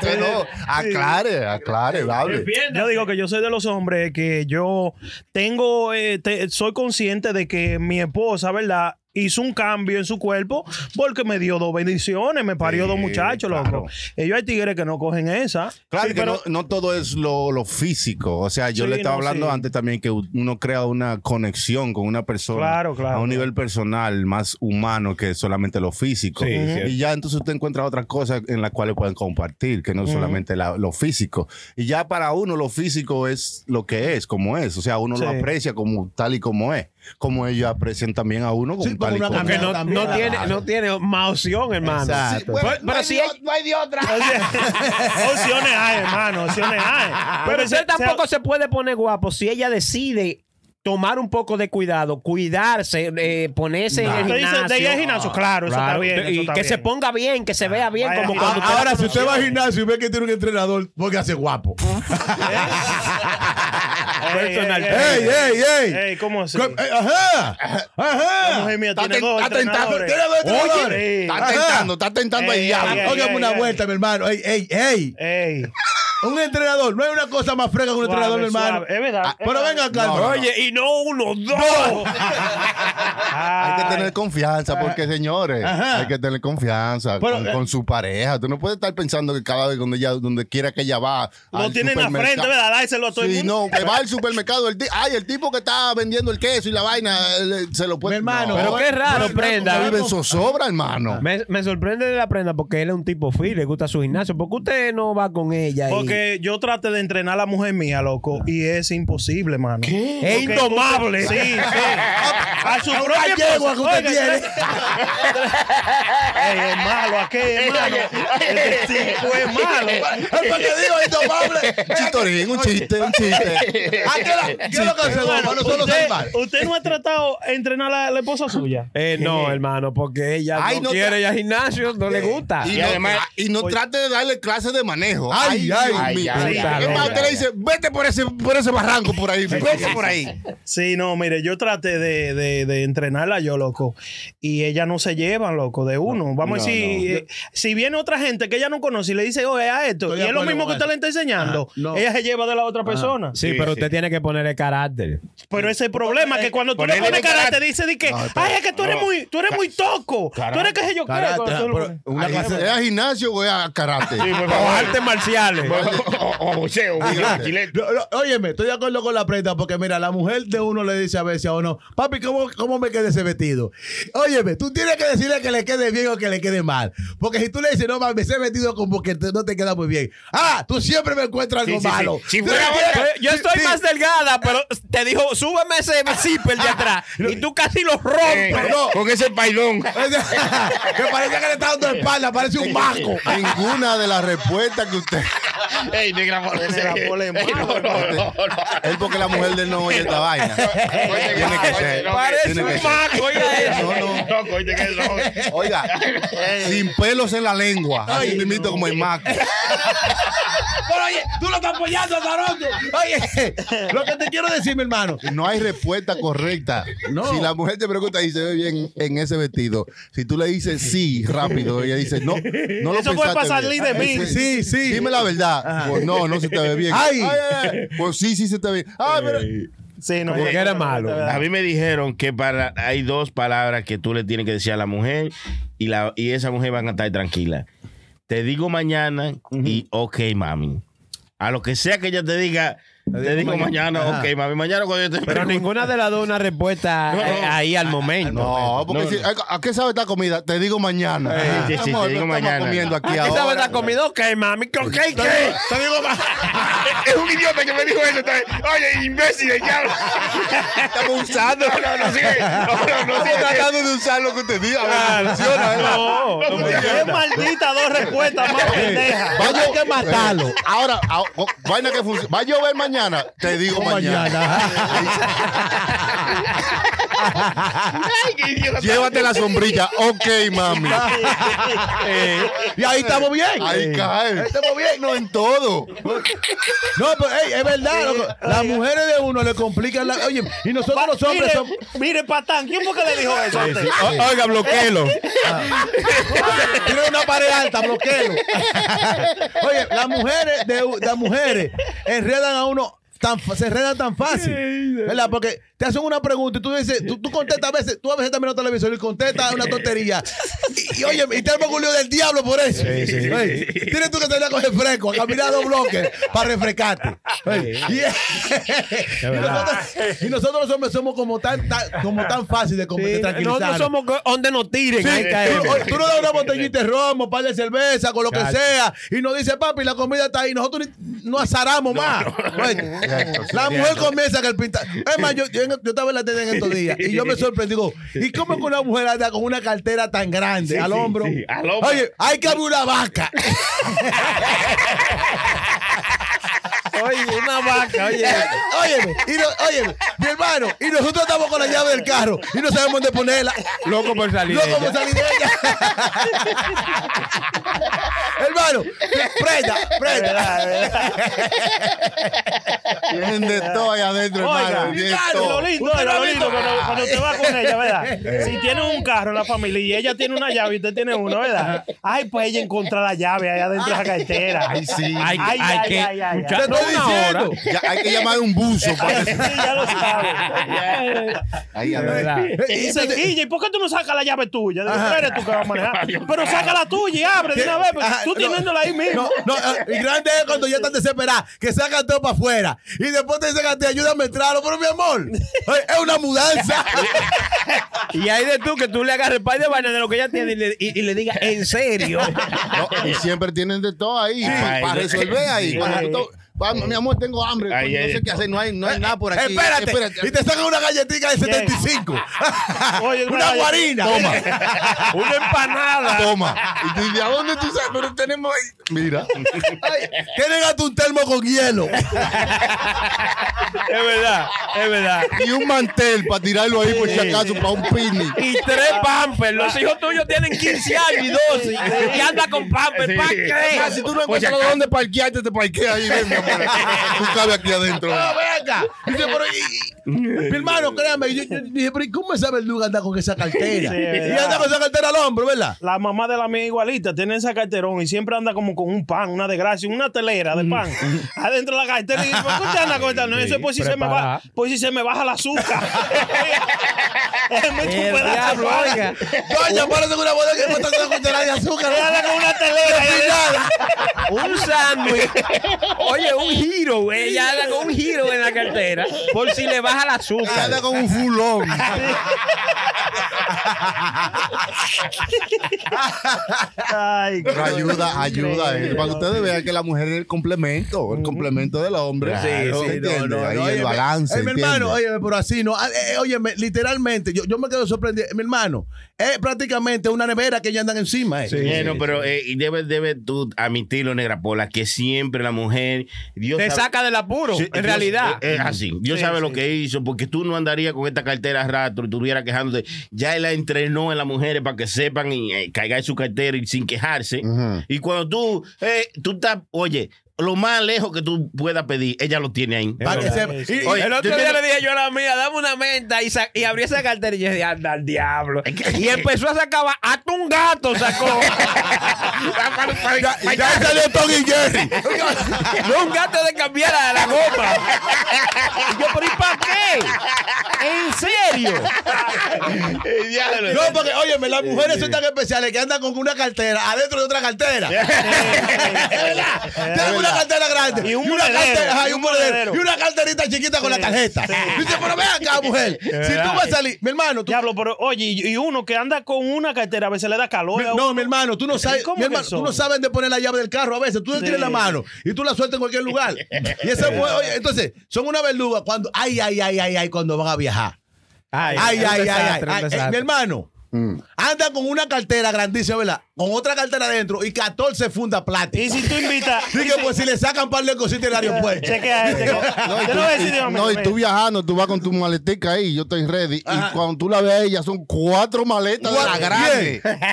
Que no, aclare, aclare, hable.
Yo digo que yo soy de los hombres que yo tengo, eh, te- soy consciente de que mi esposa, ¿verdad? Hizo un cambio en su cuerpo porque me dio dos bendiciones, me parió dos muchachos, loco. Ellos hay tigres que no cogen esa.
Claro
Sí,
que
pero-
no, no todo es lo, lo físico. O sea, yo
Sí,
le estaba
no,
hablando
sí.
antes también que uno crea una conexión con una persona
Claro, claro,
a un
claro.
nivel personal más humano que solamente lo físico.
Sí, Ujú.
y ya entonces usted encuentra otras cosas en las cuales pueden compartir, que no es solamente la- lo físico. Y ya para uno lo físico es lo que es, como es. O sea, uno lo
Sí.
aprecia como tal y como es. Como ellos aprecian también a uno como
Sí,
tal
como
y
una
como
Porque
es.
no, no tiene, no tiene más opción, hermano.
Exacto.
Pero, pero si hay-
opciones hay, hermano, opciones hay.
pero
se-
usted tampoco
se-
se puede poner guapo si ella decide tomar un poco de cuidado, cuidarse, eh, ponerse en
Usted
el
dice,
gimnasio.
de ella al gimnasio, claro, eso está
Claro,
bien.
y
eso está
que se
bien.
ponga bien, que se vea bien.
Vaya,
como
ah,
cuando la
Ahora, si usted va al
conoció.
gimnasio y ve que tiene un entrenador, póngase guapo.
personal.
Ey,
¡Ey, ey, ey!
Ey, ¿cómo así?
Co- eh, ¡Ajá! ¡Ajá!
La mujer mía tiene
ten-
dos
está tentando,
entrenadores.
tiene dos
Oye,
entrenadores.
sí.
Está tentando, Eh, está tentando
Ey,
ahí
ey,
ya.
ey.
Póngame una vuelta, mi hermano. ¡Ey, ey, ey!
Ey,
Un entrenador. No hay una cosa más fresca que un entrenador, mi
suave,
hermano.
suave. Es
Ah,
verdad. es
Pero
verdad.
venga acá.
eh, No, no, no.
Oye, y no uno, dos.
Hay que
Ay.
tener confianza, porque señores,
Ajá.
hay que tener confianza
Pero,
con,
eh,
con su pareja. Tú no puedes estar pensando que cada vez donde ella, donde quiera que ella va.
Lo
al
tiene en la
supermercado-
frente, ¿verdad? Dárselo a todo el
Sí,
mundo.
no, que va al supermercado. El ti- ay, el tipo que está vendiendo el queso y la vaina, le- se lo puede.
Mi
No,
hermano,
Pero qué raro, prenda. Ah.
uno vive en zozobra, hermano.
Me, me sorprende de la prenda porque él es un tipo fit, le gusta su gimnasio. ¿Por qué usted no va con ella? y-
Porque yo traté de entrenar a la mujer mía, loco, y es imposible, mano.
Es
Porque
indomable.
tú te- Sí, sí. A su
una
propia
yegua que usted
Oiga,
tiene.
Ey, es malo, aquí es malo. Este tipo es malo.
¿Por qué digo indomable?
Un chistorín, un chiste, un chiste.
¿A qué la- ¿Qué es lo que hacemos, hermano? Son los
Usted,
animales.
usted no ha tratado de entrenar a la, la esposa suya.
Eh, no, hermano, porque ella
Ay,
no,
no te-
quiere ella gimnasio, no
Eh,
le gusta.
Y,
Y
no, ah,
además-
y no trate de darle clases de manejo.
Ay, ay,
Dios
ay,
mío.
ay,
Es
ay,
más,
ay,
usted le dice, vete por ese, por ese barranco por ahí. Vete por ahí.
Sí, no, mire, yo traté de, de- de entrenarla yo, loco. Y ella no se llevan, loco, de uno. Vamos a decir, eh, si viene otra gente que ella no conoce y le dice, oye, a esto,
Estoy
y
de
es lo
acuerdo
mismo
con
que usted
eso.
le está enseñando,
Ajá, no.
ella se lleva de la otra persona.
Sí, pero usted tiene que ponerle carácter.
Pero ese es el problema, que cuando tú le
Ponerle
pones cara,
carácter.
te dice de que, ay, es que tú eres muy, tú eres muy toco. Tú eres que sé yo qué.
Carácter,
cuando tú lo
pero
pones.
una
Ahí
clase- pues.
¿Es a gimnasio o es a karate?
O artes marciales.
O- O o boxeo, o gilete.
Lo- lo- Óyeme, estoy de acuerdo con la prenda porque mira, la mujer de uno le dice a veces a uno, papi, ¿cómo, cómo me queda ese vestido? Óyeme, tú tienes que decirle que le quede bien o que le quede mal. Porque si tú le dices, no mami, ese vestido como que te- no te queda muy bien. Ah, tú siempre me encuentras algo
Sí, sí, sí.
malo.
Si
Tú
fuera
le tienes-
Yo- Yo
Sí,
estoy
sí.
más delgada, pero te dijo, súbeme ese zipper de atrás. Y tú casi lo
Eh,
rompes.
no.
Con ese pailón.
que parece que le está dando espalda, parece un vasco.
Ninguna de las respuestas que usted.
Ey, negra mole.
Negra
Ey,
mole,
no, no, no, no.
Es porque la mujer de él no oye esta vaina. Tiene que ser. Tiene que ser. No, no.
Loco, oíste que no.
Oiga, sin pelos en la lengua. Así mismito como el maco.
oye, tú lo estás apoyando a Toronto. Oye, lo que te quiero decir, mi hermano.
No hay respuesta correcta.
No.
Si la mujer te pregunta y se ve bien en ese vestido, si tú le dices sí rápido, ella dice no, no lo
Eso puede
pensaste
pasar,
bien.
Lee, de mí.
Sí, sí.
Dime la verdad. Pues no, no se te ve bien.
Ay.
ay, Pues sí, sí se te ve bien. Ay, pero-
Sí, no.
Como
no,
que era
no,
malo.
no, no, no,
A mí me dijeron que para hay dos palabras que tú le tienes que decir a la mujer y la y esa mujer van a estar tranquila. Te digo mañana y ok, mami. A lo que sea que ella te diga, te, digo mañana, ok, mami. Mañana cuando yo te
Pero
pregunte-
ninguna de las dos una respuesta
No, Ah, no.
eh, ahí al momento.
No, porque si- ¿a- ¿a qué sabe esta comida? Te digo mañana.
Sí, sí, sí,
Estamos-
te digo
estamos
mañana.
comiendo aquí
¿Qué sabe
ahora.
la comida? Ok, mami, que ok, ¿qué?
Te digo ma- es un idiota que me dijo eso. está bien. Oye, imbécil, de diablo.
Estamos usando.
No, no, sigue. No, no, no, sigue.
Estamos tratando de usar lo que te diga. A ver, funciona, ¿verdad?
No, no me
Qué maldita dos respuestas más pendejas.
Va a
Hay
llover-
que matarlo.
Ahora, a- o- vaina que funciona. Va a llover mañana. Te digo mañana.
Ay, qué idiota.
Llévate la sombrilla. Ok, mami.
Y ahí estamos bien.
Ahí cae.
estamos bien.
No en todo.
No, pero ey, es verdad. loco. Las mujeres de uno le complican la. Oye, y nosotros los hombres
Mire,
somos.
mire, patán, ¿quién fue que le dijo eso a usted?
Oiga, bloqueelo.
Tiene una pared alta, bloqueo. Oye, las mujeres, de, las mujeres enredan a uno. Tan, fa- se enredan tan fácil, ¿verdad? Porque te hacen una pregunta y tú dices, tú, tú contestas a veces, tú a veces también mirando televisor y contestas una tontería. Y, y oye, y te arma un lío del diablo por eso. Oye, Tienes tú que salir a coger fresco, a caminar dos bloques para refrescarte. Oye, y, y nosotros, y nosotros los hombres somos como tan, tan- como tan fácil de, com- de tranquilizarnos.
Nosotros somos go- donde nos tiren. ahí
Tú,
caemos.
oye, tú nos das una botellita de romo, un par de cerveza, con lo que sea, y nos dice, papi, la comida está ahí, nosotros ni- no azaramos más. Oye, la mujer comienza que el pintar. Es más, yo, yo, yo estaba en la tele en estos días y yo me sorprendí. digo, ¿y cómo es que una mujer anda con una cartera tan grande al,
sí,
hombro?
sí, al hombro.
Oye, hay que abrir una vaca.
Oye, una vaca, oye.
óyeme, y no- óyeme, mi hermano, y nosotros estamos con la llave del carro y no sabemos dónde ponerla.
Loco por salir.
No,
de
como
ella.
salí de ella. Hermano, prenda, prenda.
Bien de todo ahí adentro, hermano.
Oiga,
Bien de
lo
todo.
lindo, es, lo lindo cuando, cuando usted va con ella, ¿verdad? Si tiene un carro en la familia y ella tiene una llave y usted tiene uno, ¿verdad? Ay, pues ella encontrará la llave ahí adentro de la cartera.
Ay, sí.
Ay,
Hay, hay
ay,
que.
ay, ay,
muchacho,
Te
no,
estoy
una hora.
diciendo.
Ya, hay que llamar a un buzo. Para
Sí,
que-
ya lo sabe.
Ahí
De
adentro.
verdad.
Y se quilla, ¿y por qué tú no sacas la llave tuya? Digo, tú eres tú que vas a manejar. Pero saca la tuya y abre de una vez. porque
Ajá,
Tú
no,
teniéndola ahí mismo.
No, no, eh, y grande es cuando ya están desesperadas, que sacan todo para afuera. Y después te dicen a ti, ayúdame a entrarlo, pero mi amor, oye, es una mudanza.
Y ahí de tú que tú le agarres el par de vaina de lo que ella tiene y le, y- y le digas, en serio.
No, y siempre tienen de todo ahí.
Ay,
Para
no.
resolver ahí. Cuando tú to- Vamos, mi amor, tengo hambre. pues,
Ay, ay,
no sé qué hacer. No hay, no hay nada por aquí.
espérate, y te sacan una galletita de 75.
Oye,
una
vaya,
guarina. Toma.
una empanada.
Toma. Y tú dices, ¿a dónde tú sabes? Pero tenemos ahí. Mira.
Tienen hasta un termo con hielo.
Es verdad, es verdad.
Y un mantel para tirarlo ahí por si acaso, para un picnic.
Y tres pampers. Los hijos tuyos tienen 15 años y 12. Y anda con pampers.
Sí.
¿Para
Ah,
qué?
si tú no
Pues
encuentras dónde parquearte, te parqueas ahí, ven, mi amor. Tú cabes aquí adentro.
No, Ah, ven acá. Dice, pero, y- y- mi hermano, créame, yo, yo dije, pero ¿y cómo esa verduga anda con esa cartera?
Sí, es
y
verdad.
anda con esa cartera al hombro, ¿verdad?
La mamá de la mía igualita tiene esa carterón y siempre anda como con un pan, una desgracia, una telera
Mm.
de pan adentro de la cartera. Y dice, ¿por qué usted anda con esta? No, eso es por si se me
preparada.
baja, por si se me baja el azúcar. es mucho
El
pedazo de
diablo,
pan.
oiga.
Doña, párate con una bodega que me está dando cartera de azúcar.
Ella anda con una telera. y-
Un sándwich. Oye, es un giro, ella anda con un giro en la cartera por si le baja el azúcar.
Anda con un fulón.
Ay,
Pero ayuda, ayuda. eh. Para que ustedes vean que la mujer es el complemento, el complemento del hombre.
Sí,
Claro,
sí,
¿se entiende? Ahí
óyeme,
el balance.
eh, mi
¿entiende?
hermano, oye, pero así no. Oye, literalmente, yo, yo me quedo sorprendido. Mi hermano, es prácticamente una nevera que ya andan encima. eh.
bueno, pero eh, y debe, debe tú admitirlo, Negra Pola, que siempre la mujer, Dios
Te
sabe-
saca del apuro,
Sí,
en
Dios-
realidad.
eh, Es así. Dios
Sí,
sabe lo
sí.
que hizo, porque tú no andarías con esta cartera a rato y estuviera quejándote. Ya él la entrenó en las mujeres para que sepan y eh, caiga en su cartera y sin quejarse. Y cuando tú, eh, tú estás, oye, lo más lejos que tú puedas pedir, ella lo tiene ahí.
Para que
verdad,
sepa. Y- y-
Oye,
el otro
yo
día
tengo-
le dije yo a la mía, dame una menta y, sa- y abrí esa cartera y yo dije, anda al diablo. Y empezó a sacar, ba- hasta un gato sacó.
Y ya salió Tom y Jerry.
no, un gato de cambiar a la goma. Y yo, pero ¿y para qué? ¿En serio?
No, porque, oye, las mujeres son tan especiales que andan con una cartera adentro de otra cartera. Es verdad. Tienen una cartera grande.
Y un
una
monedero,
cartera- ajá,
y
y un
un monedero.
monedero. Y una carterita chiquita con la tarjeta. Dice, pero ven acá, mujer. Si tú vas a salir, mi hermano, tú.
Diablo, pero oye, y y uno que anda con una cartera, a veces le da calor.
mi- no,
a uno.
mi hermano, tú no sabes,
¿Cómo
mi hermano,
que son?
tú no sabes de poner la llave del carro a veces, tú le tienes la mano y tú la sueltas en cualquier lugar. Y esa mujer, oye, entonces, son una verduga cuando, ay, ay, ay, ay, ay, cuando van a viajar.
Ay,
Ay,
un
ay, ay, ay,
desastre, un
ay. Eh,
desastre.
mi hermano. Anda con una cartera grandísima, ¿verdad? Con otra cartera adentro y 14 fundas plata.
Y si tú invitas.
Dije, pues si le sacan un par de cositas en el aeropuerto.
Chequea este.
No, y
Yo
tú,
no voy a decir,
y-
dígame,
no, y
ven.
tú viajando, tú vas con tu maletica ahí, yo estoy ready.
Ajá.
Y cuando tú la ves a ella, son cuatro maletas de la
Cuatro,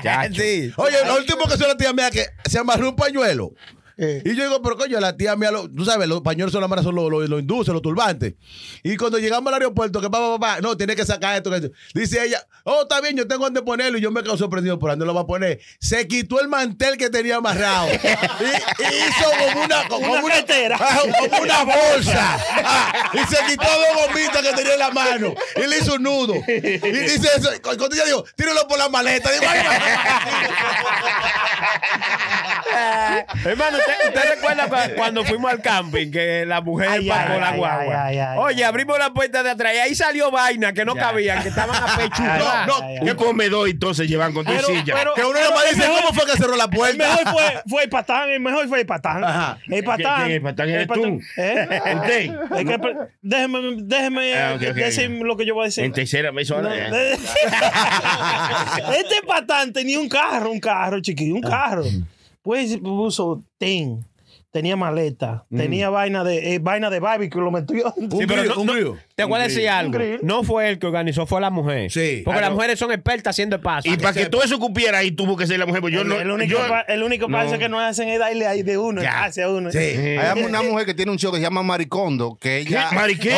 grande.
Sí.
Oye, lo último que hizo la tía mía que se amarró un pañuelo. Y yo digo, pero coño, la tía mía, lo- tú sabes, los pañuelos son la mara, son los, los, los induces, los turbantes. Y cuando llegamos al aeropuerto, que papá, papá, no, tiene que sacar esto, que esto. Dice ella, oh, está bien, yo tengo donde ponerlo. Y yo me quedo sorprendido, por dónde lo va a poner. Se quitó el mantel que tenía amarrado. y, y hizo como una, como
Una cartera.
Ah, como una bolsa. Ah, y se quitó dos gomitas que tenía en la mano. Y le hizo un nudo. Y dice eso. y Cuando yo digo, tíralo por la maleta. Digo, ay,
Hermano, ¿usted, usted recuerda cua- cuando fuimos al camping que la mujer
Ay,
bajó
ay,
la
ay,
guagua?
ay, ay, ay,
Oye,
ay.
abrimos la puerta de atrás y ahí salió vaina que no cabían, que estaban apechugados.
no,
ay,
no.
ay.
Un comedor entonces llevan con tu
Pero-
silla.
pero-
Que uno nomás dice,
mejor-
¿cómo fue que cerró la
El mejor
puerta?
fue, fue el patán, el mejor fue el patán.
Ajá.
El patán.
¿Quién- quién es el patán? ¿Eres tú?
¿Eh?
¿Usted?
Es que, per- déjeme déjeme
Ah, ok, ok,
decir lo que yo voy a decir.
En tercera vez
No,
ahora.
de- este patán tenía un carro, un carro, chiquillo, un carro. Pues puso ten, tenía maleta,
Mm.
tenía vaina de eh, vaina de barbecue, lo metió.
Sí, pero no- no- te voy a decir algo.
grill.
No fue él que organizó, fue la mujer.
Sí.
Porque
Ah,
las
no.
mujeres son expertas haciendo pasos.
Y para que todo eso cupiera ahí tuvo que ser la mujer. porque Yo
el,
no.
el único,
yo-
pa- el único paso
no.
que no hacen es darle ahí de uno,
Ya.
hacia uno.
Sí.
Hay una
eh,
mujer que tiene un show que se llama Maricondo, que
¿Qué?
ella...
Mariqué.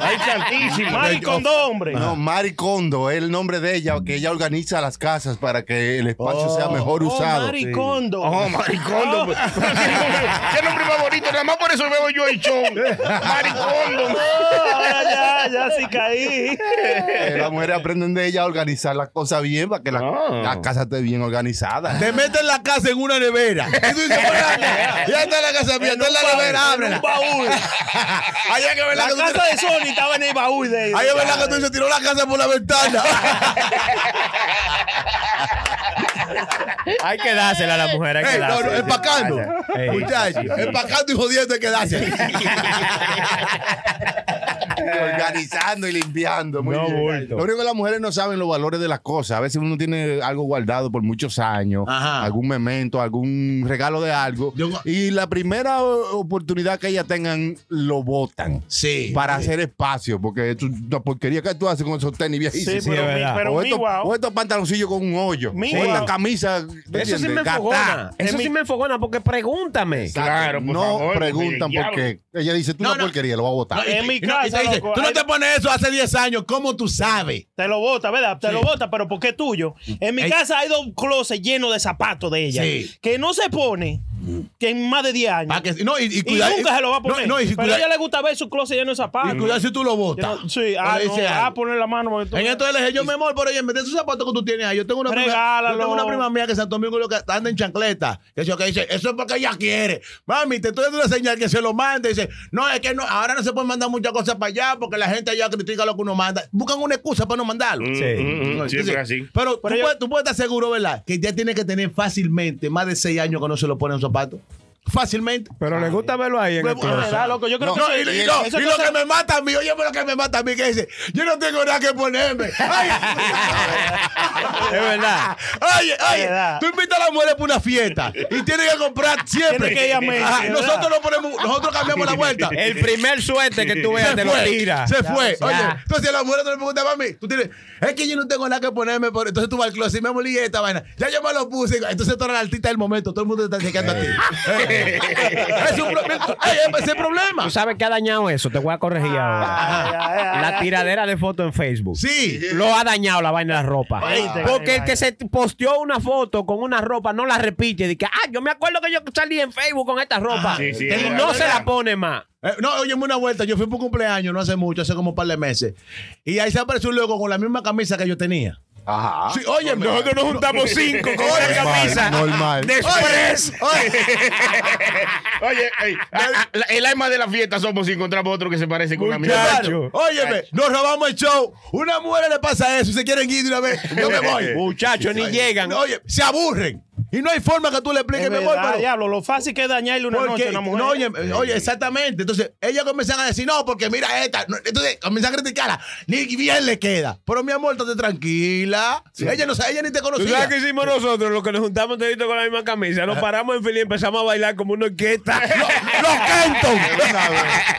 Ay, santísimo.
Mari con dos hombres.
Ah.
No, Maricondo es el nombre de ella, que ella organiza las casas para que el espacio sea mejor
Oh,
usado.
maricondo.
Oh, maricondo. pues. Pero qué nombre- Qué nombre más bonito. Nada más por eso veo yo el show. Maricondo.
Oh, ahora ya, ya sí caí.
Eh, las mujeres aprenden de ella a organizar las cosas bien para que la,
Oh.
la casa esté bien organizada.
Te meten la casa en una nevera. Y tú dices, "Pero, ya está la casa mía, está en la nevera, ábrela.
baúl.
Ahí es que
La
verdad que tú
casa de Sony estaba en el baúl de
Ahí es verdad que tú se tiró la casa por la ventana.
Hay que dársela a la mujer. Hay que
Ey, no, no,
dársela.
empacando.
Ey.
Muchachos, empacando y jodiendo hay que darse.
organizando y limpiando. Muy bien. Lo único que las mujeres no saben los valores de las cosas. A veces uno tiene algo guardado por muchos años,
Ajá.
algún memento, algún regalo de algo.
Yo-
Y la primera o- oportunidad que ellas tengan, lo botan.
Sí.
Para hacer espacio, porque es una porquería que tú haces con esos tenis viejísimos.
Sí,
Sí,
pero,
es
mi-
verdad.
pero
o,
mi
estos,
guau-
o estos pantaloncillos con un hoyo.
Mi
o
guau.
esta camisa.
Eso sí me
¿entiendes?
enfogona.
Gastada.
Eso
Es
sí
mi-
me enfogona porque pregúntame.
Claro, por
no
favor,
preguntan
mire,
por qué. Ella dice, tú
No,
una
no.
porquería, lo voy a botar.
en mi
Y no- y te
casa,
dice,
loco,
tú no
hay-
te pones eso hace 10 años, ¿cómo tú sabes?
Te lo bota, ¿verdad? Te lo bota, pero porque es tuyo. En mi
Ey.
casa hay dos closets llenos de zapatos de ella.
Sí.
Que no se pone. tiene más de 10 años.
Pa' que- no, y, y
y
cuidado-
nunca se lo va a
no,
poner.
no, y si
pero a
cuida-
ella le gusta ver su closet lleno de
y
zapatos.
cuidado si tú lo
Yo
botas.
no- sí,
O
ah,
le
no,
dices
ah,
algo.
poner la mano. porque tú-
En esto le dije yo, mi amor, pero oye, mete esos zapatos que tú tienes ahí. Yo tengo una, prima, yo
Regálalo.
tengo una prima mía que en Santo Domingo lo que anda en chancleta. Que eso que dice, eso es porque ella quiere. Mami, te estoy dando una señal que se lo mande. Dice, no, es que no, ahora no se puede mandar muchas cosas para allá porque la gente allá critica lo que uno manda. Buscan una excusa para no mandarlo.
Mm, mm,
Sí.
mm,
No,
siempre
entonces,
así.
Pero, tú,
Pero yo-
puedes, tú puedes estar seguro, ¿verdad? Que ya tiene que tener fácilmente más de seis años que no se lo ponen zapatos. Fácilmente.
Pero le gusta verlo ahí en el
Huevo,
closet.
Ah, loco, yo creo
No,
que
y,
eso-
y no,
esa
y lo
cosa-
que me mata a mí, oye, pero lo que me mata a mí, que dice, yo no tengo nada que ponerme. Ay,
Es verdad.
Oye, oye,
verdad.
tú invitas a las mujeres para una fiesta y tienen que comprar siempre.
Tiene que ir a Messi,
Ajá,
¿verdad?
nosotros no ponemos, nosotros cambiamos la vuelta.
El primer suerte que tú veas
se
te lo
fue,
tira.
se fue.
ya.
Oye, entonces las mujeres no le preguntan a mí, tú tienes, es que yo no tengo nada que ponerme, por... entonces tú vas al closet y me molí esta vaina. Ya yo me lo puse, entonces tú eres la artista del momento, todo el mundo te está checando a ti. es un problema, Ey, ese es el problema. Ah,
Tú sabes que ha dañado eso, te voy a corregir ahora.
Ay, ay, ay,
La
ay.
tiradera de fotos en Facebook.
Sí.
Lo ha dañado la vaina de la ropa.
Oíste,
Porque el
vaina.
que se posteó una foto con una ropa no la repite. Dice, ah, yo me acuerdo que yo salí en Facebook con esta
Ah,
ropa.
sí, sí,
Y
es
no
verdad.
se la pone más.
Eh, no, oye, una vuelta. Yo fui por un cumpleaños no hace mucho, hace como un par de meses. Y ahí se apareció un loco con la misma camisa que yo tenía.
Ah,
Ajá.
Sí, oye,
Nosotros nos juntamos cinco con una camisa.
Normal.
Después. Oye, ey, a- a- la- el alma de la fiesta somos si encontramos otro que se parece con la misma.
Muchacho.
Óyeme, nos robamos el show. Una mujer le pasa eso. Se quieren ir de una vez. Yo me voy.
Muchachos, ni llegan.
Oye, se aburren. Y no hay forma que tú le
Es
expliques, me voy,
verdad,
pero.
diablo, lo fácil que es dañarle una
Porque-
noche a una mujer.
no, oye, eh, oye, exactamente. Entonces, ellas comienzan a decir, no, porque mira esta. No, Entonces, comienzan a criticarla. Ni bien le queda. Pero mi amor, estate tranquila. Ella, no, sabe- ella ni te
¿Tú
conocía.
sabes qué hicimos nosotros? Los que nos juntamos toditos con la misma camisa. Nos paramos en fila y empezamos a bailar como una orquesta.
Los Kenton.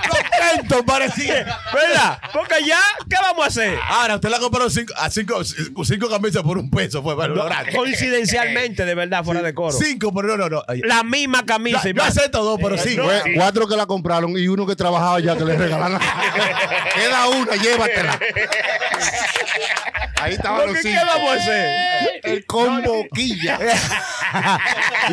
Los Kenton parecía.
¿Verdad? Porque ya, ¿qué vamos a hacer?
Ahora, usted la compró cinco, a cinco, cinco camisas por un peso, fue para lo grande.
Coincidencialmente, de verdad, fuera de coro.
Cinco, pero no, no, no. Ay,
La Eh, misma camisa.
yo
y más.
acepto dos, pero cinco.
Fue cuatro que la compraron y uno que trabajaba ya que le regalaron. Queda una, llévatela. Ahí estaban
Porque,
los
¿Qué
cinco.
vamos a hacer?
El combo quilla.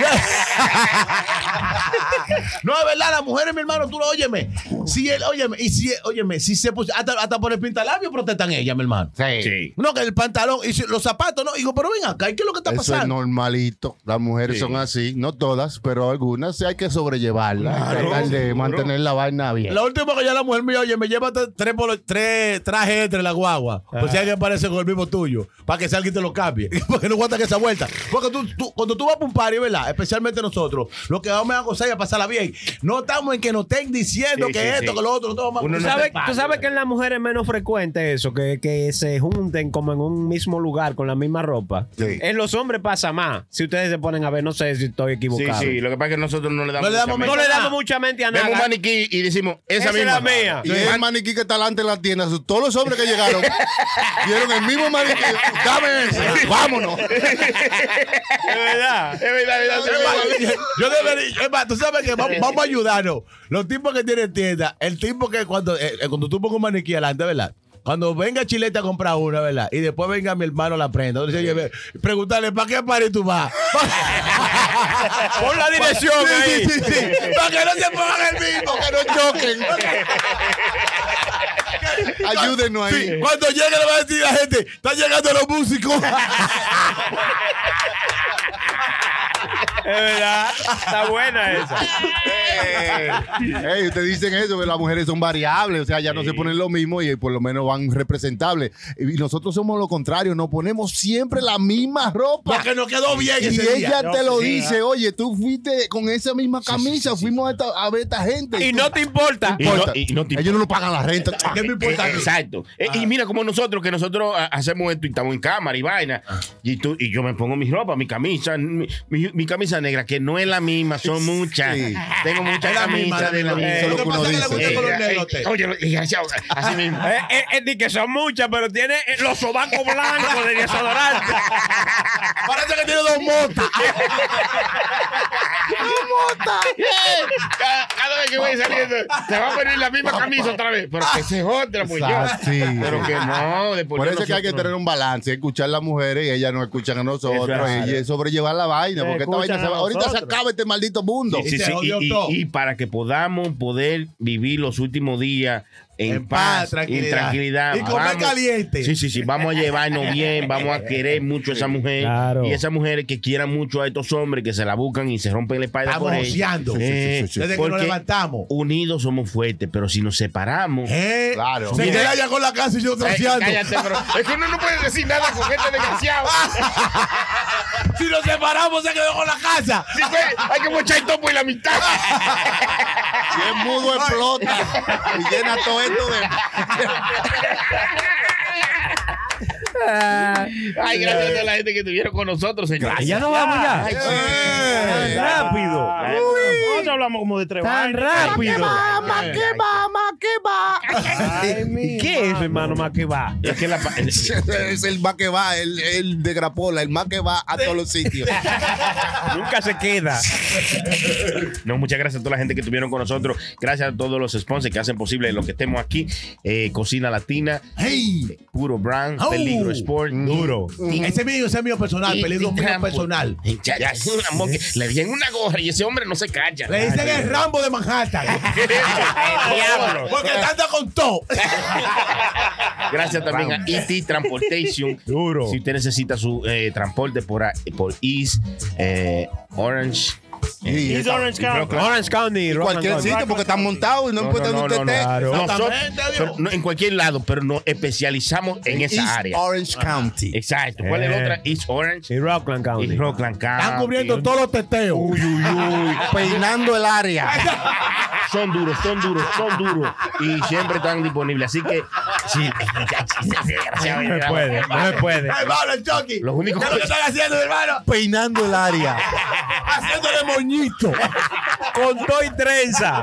No, es verdad, las mujeres, mi hermano, tú lo óyeme. Si él, óyeme, y si, óyeme, si se puso, hasta, hasta por el pintalabio protestan ellas, mi hermano.
Sí.
No, que el pantalón y si- los zapatos, no. Digo, pero ven acá, ¿qué es lo que está
Eso es
pasando?
normalito. Las mujeres
Sí.
son así. No todas, pero algunas sí hay que sobrellevarlas.
Claro,
tratar de
seguro.
mantener la vaina bien.
La última que ya la mujer mía, oye, me lleva t- tres, polo- tres trajes entre la guagua. Por si alguien parece con el mismo tuyo. Para que si alguien te lo cambie. Porque no aguantan esa vuelta. Porque tú, tú- cuando tú vas para un party, ¿verdad? Especialmente nosotros, lo que vamos a gozar y a pasarla bien. No estamos en que nos estén diciendo
Sí,
que
sí,
esto,
sí.
que lo otro, todo más.
Uno
¿Tú
no
sabes,
te pares,
tú sabes que en las mujeres es menos frecuente eso, que, que se junten como en un mismo lugar con la misma ropa.
Sí.
En los hombres pasa más. Si ustedes se ponen a ver, no sé si estoy
Sí,
equivocado.
sí. Lo que pasa es que nosotros no le damos.
No le damos
mucha
No le
mente.
damos mucha mente a
Vemos un
nada.
maniquí y decimos, esa,
Esa es
misma.
la mía.
Y el maniquí que está delante de la tienda, su- todos los hombres que llegaron, vieron el mismo maniquí. Dame ese, vámonos.
De verdad.
Es verdad, es verdad,
Es más,
es verdad.
Yo debería, es más, tú sabes que vamos, vamos a ayudarnos. Los tipos que tienen tienda, el tipo que cuando, eh, eh, cuando tú pongas un maniquí adelante, ¿verdad? Cuando venga Chilete a comprar una, ¿verdad? Y después venga mi hermano a la prenda. Entonces, oye, ve, preguntarle, ¿para qué party tú vas?
Pon la dirección ahí.
Sí, sí, sí. Para que no se pongan el mismo, que no choquen.
Ayúdenos ahí.
Sí, cuando llegue le va a decir a la gente, están llegando los músicos.
Es verdad. Está buena esa.
Ey, ustedes dicen eso, pero las mujeres son variables, o sea, ya no se ponen lo mismo y por lo menos van representables. Y nosotros somos lo contrario, nos ponemos siempre la misma ropa.
Para que no quedó bien
Y
ese día.
ella te lo dice, oye, tú fuiste con esa misma camisa, fuimos a, esta- a ver esta gente.
Y
tú-
no te importa.
Y no- y no te
Ellos no nos pagan la renta.
¿Qué me importa?
Eh, Exacto. Eh, y mira como nosotros, que nosotros ah, hacemos esto y estamos en cámara y vaina. Y tú y yo me pongo mi ropa, mi camisa, mi, mi- mi camisa negra, que no es la misma, son muchas.
Sí.
Tengo muchas
Es la misma,
camisas de la
la misma.
misma.
Eso es lo que uno
pasa es que le
dice.
gusta el color
Eh,
negro,
eh,
usted.
oye, lo- desgraciado, así mismo.
Eh, eh, eh, di que son muchas, pero tiene eh, los sobacos blancos de desodorante.
Parece que tiene dos motas.
Cada, cada vez que voy saliendo, se va a poner la misma camisa otra vez. Pero que se otra, pues yo.
Exacto, sí.
Pero que no, de
Por eso es que hay que
nosotros-
tener un balance, escuchar a las mujeres y ellas no escuchan a nosotros
Claro.
y es sobrellevar la vaina,
Se
porque esta
escuchan
vaina se
a
va- ahorita se
nosotros.
acaba este maldito mundo.
Sí,
Y se
sí,
jodió
y, y-
todo.
y para que podamos poder vivir los últimos días en,
En paz,
paz,
tranquilidad.
en tranquilidad.
Y comer caliente.
Sí, sí, sí. Vamos a llevarnos bien, vamos a querer mucho a esa mujer.
Claro.
Y esas mujeres que quieran mucho a estos hombres que se la buscan y se rompen la espalda
Estamos
por ellos.
joseando.
Eh,
Sí, sí, sí, sí, sí.
Desde que nos
porque
levantamos.
Unidos somos fuertes, pero si nos separamos.
¿Eh?
Claro.
Se
Mira.
queda allá con la casa y yo
Ay,
traseando.
cállate, bro. Es que uno no puede decir nada con este desgraciado.
Si nos separamos, se quedó con la casa.
Sí, pues, hay que mochar el topo y la mitad.
Si es mudo, explota y llena todo esto de.
Ay, gracias a la gente que estuvieron con nosotros, señor.
Ya no vamos ya.
Eh,
Rápido.
Nosotros hablamos como de tres
Tan
vainas.
rápido.
¿Qué va, ma? ¿Qué va?
¿Qué es, hermano, más que va?
Es que la, pa-
es el más que va, el, el de Grapola, el más que va a todos los sitios.
Nunca se queda.
No, muchas gracias a toda la gente que estuvieron con nosotros. Gracias a todos los sponsors que hacen posible lo que estemos aquí. Eh, Cocina Latina,
¡Hey!
Puro Brand,
Oh.
Peligro Sport, Duro.
Ese es mío, ese es mío personal.
Y-
Peligro
y
mío
Rambo.
personal.
Ay, ya, ya, es un amor que- Le di en una gorra y ese hombre no se calla.
Le dicen
Ay,
el Rambo de Manhattan.
el diablo.
Porque tanto con todo.
Gracias también a ET Transportation.
Duro.
Si usted necesita su eh, transporte por, a- por East, eh, Orange.
Y
He's Orange County.
Orange County, Rockland
cualquier
County.
sitio, porque están montados y no, importa dónde usted esté.
claro.
Nosotros-
Exactamente, Dios.
pero no, en cualquier lado, pero nos especializamos en esa
East
área.
Orange County.
Exacto. ¿Cuál es la
Eh.
otra? East Orange
Y Rockland
y
County.
Rockland County.
Están cubriendo todos los teteos.
Peinando el área.
Son duros, son duros, son duros. Y siempre están disponibles. Así que, sí.
No se puede, no se puede.
Hermano, el Chucky.
Los únicos-
¿Qué es lo que están haciendo, hermano?
Peinando el área.
Haciéndole moñito.
Con todo y trenza.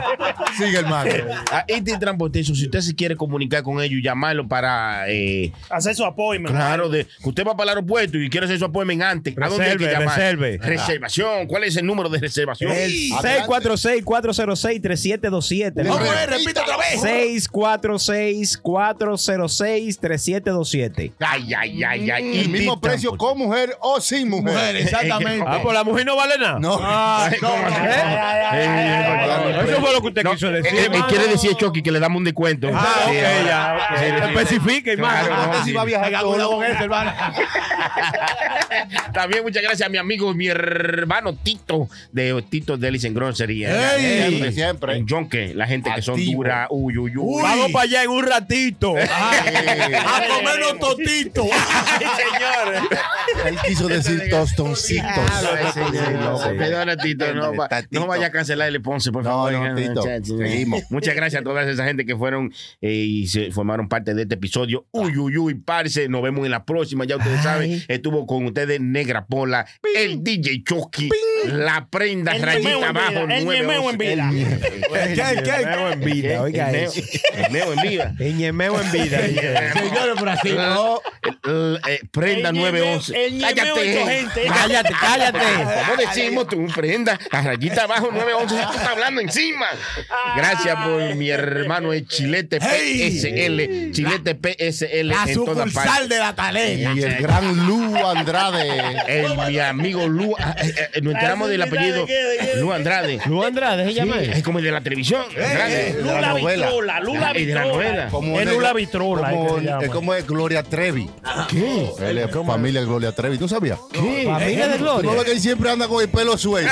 Sigue, hermano.
A ET Transportation, si usted se quiere comunicar con ellos, llamarlo para. eh,
Hacer su appointment.
claro, de usted va para el aeropuerto y quiere hacer su appointment antes. ¿A dónde hay que
Reserve,
llamar?
reserve.
Reservación. ¿Cuál es el número de reservación?
El 646-406-3727.
Vamos a ver, repite otra vez.
646-406-3727.
Ay, ay, ay, ay.
El mismo
ET
precio
Transportation.
con mujer o sin mujer.
Mujer, exactamente.
Ah, pues la mujer no vale nada.
No.
Ay, ¿cómo así?
¿Eh?
Eh,
Eso fue lo que usted quiso
eh,
decir.
eh, quiere decir Chucky que le damos un descuento.
Ah, ok,
Sí, ahora.
ya. ok.
Sí, pues, sí, sí.
Especifica, hermano.
Claro,
Antes
no, sí.
iba a viajar
Haga
todo.
una con eso, hermano.
También muchas gracias a mi amigo, mi hermano Tito de Tito Delis en Grocery.
Ey.
Siempre, siempre.
En Jonke, la gente que son
Activo.
dura. Uy, uy, uy.
Uy.
Vamos para allá en un ratito.
Eh,
A comernos totitos.
Él quiso decir tostoncitos.
Ay, sí, sí, no,
Ah, Sí.
perdona, Tito, no,
Ándale,
va-
está Tito.
no vaya a cancelar el Ponce, por
No,
favor.
no,
Oigan,
Tito,
muchachos.
seguimos.
Muchas gracias a todas esa gente que fueron eh, y se formaron parte de este episodio. Uy, uy, uy, parce, nos vemos en la próxima. Ya ustedes saben, estuvo con ustedes Negra Pola, el DJ Chucky, la prenda
El ñemeo en
rayita
vida,
abajo,
el ñemeo
911.
en vida.
¿Qué,
Ñemeo en vida, oiga
El
eso.
ñemeo- el ñemeo en vida.
El ñemeo en vida. oiga eso.
Señores, por así.
El- eh, prenda
El ñemeo-
911.
el ñemeo indulgente.
Cállate, cállate.
¿Cómo decimos tú? Prenda, a rayita abajo 911. Tú estás hablando encima.
Ah.
Gracias por mi hermano el Chilete
Hey.
PSL. Chilete PSL
La
en todas partes.
sucursal de la cadena.
Y el gran Lu Andrade.
El, mi amigo Lu, eh, eh, eh, nos enteramos del apellido
¿De qué, de qué, de qué?
Lu Andrade.
Lu Andrade,
Sí,
Eh,
es como el de la televisión. Andrade. Ah,
eh,
Lula
la novela.
Vitrola, Lula
Y de la novela.
Vitrola.
Como
Es
de-
Lula Vitrola. es que
Como,
se llama.
eh, ¿Cómo es Gloria Trevi?
¿Qué?
Él es familia de Gloria Trevi. ¿Tú sabías?
Familia de
¿Tú no
Gloria.
ves que él siempre anda con el pelo suelto?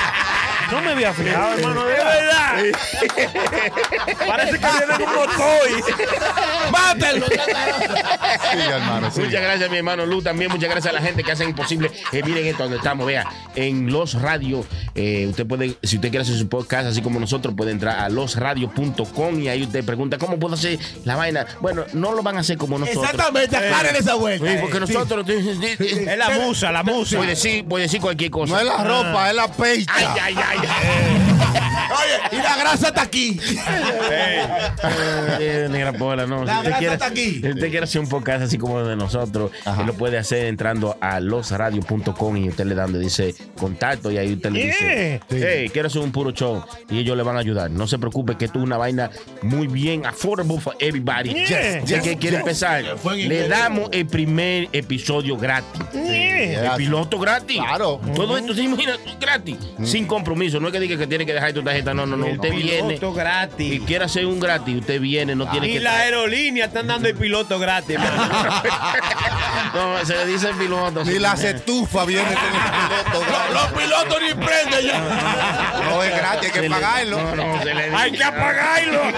No me había
Ah,
fijado, hermano. de verdad.
verdad. Parece que viene en un motoy.
¡Mátenlo!
Sí, hermano. sí.
Muchas gracias, mi hermano Lu. También muchas gracias a la gente que hacen imposible. Eh, miren esto donde estamos, vea. En Los Radio, eh, usted puede, si usted quiere hacer su podcast, así como nosotros, puede entrar a losradio.com y ahí usted pregunta cómo puedo hacer la vaina. Bueno, no lo van a hacer como nosotros.
Exactamente, aclaren esa vuelta.
Sí, porque nosotros
Es la musa, la musa.
Ah.
puede decir, puede decir cualquier cosa.
No es la ropa, es la peita.
Ay, ay, ay, ay.
Oye, y la grasa está aquí.
Eh, negra Pola, no. si
La
usted
grasa
quiere,
está aquí.
si usted quiere hacer un podcast así como de nosotros, él lo puede hacer entrando a losradio.com y usted le da donde dice contacto y ahí usted le dice, hey, quiero hacer un puro show y ellos le van a ayudar. No se preocupe que esto es una vaina muy bien affordable for everybody.
Yeah.
El que quiere empezar,
Fue en
le
inglés.
damos el primer episodio gratis.
Yeah.
El piloto gratis.
Claro.
Mm-hmm.
Todo esto, ¿se imagina? Gratis.
Mm.
Sin compromiso. No es que diga que tiene que dejar tu tarjeta. No, no, no. Usted viene.
Piloto
Y
gratis.
quiere hacer un gratis, usted viene, no tiene
Y
que.
la aerolínea están dando el piloto gratis, mano.
No, se le dice el piloto.
Ni las estufas vienen con el piloto.
Los pilotos ni prenden ya.
No es gratis, hay que pagarlo.
No, no, se le dice.
Hay que apagarlo.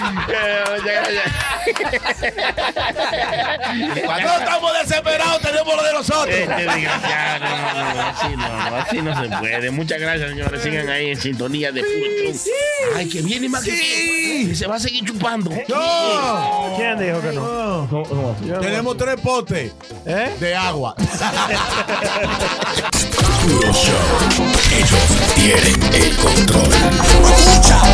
Eh, muchas gracias.
No estamos desesperados, tenemos lo de nosotros.
Este desgraciado, no, no, no, así no, no, así no se puede. Muchas gracias, señores. Sigan ahí en sintonía de Puro Show. Ay, que viene más que viene. Se va a seguir chupando.
No.
¿Quién dijo que no?
Tenemos tres potes
¿Eh?
de agua.
Ellos tienen el control.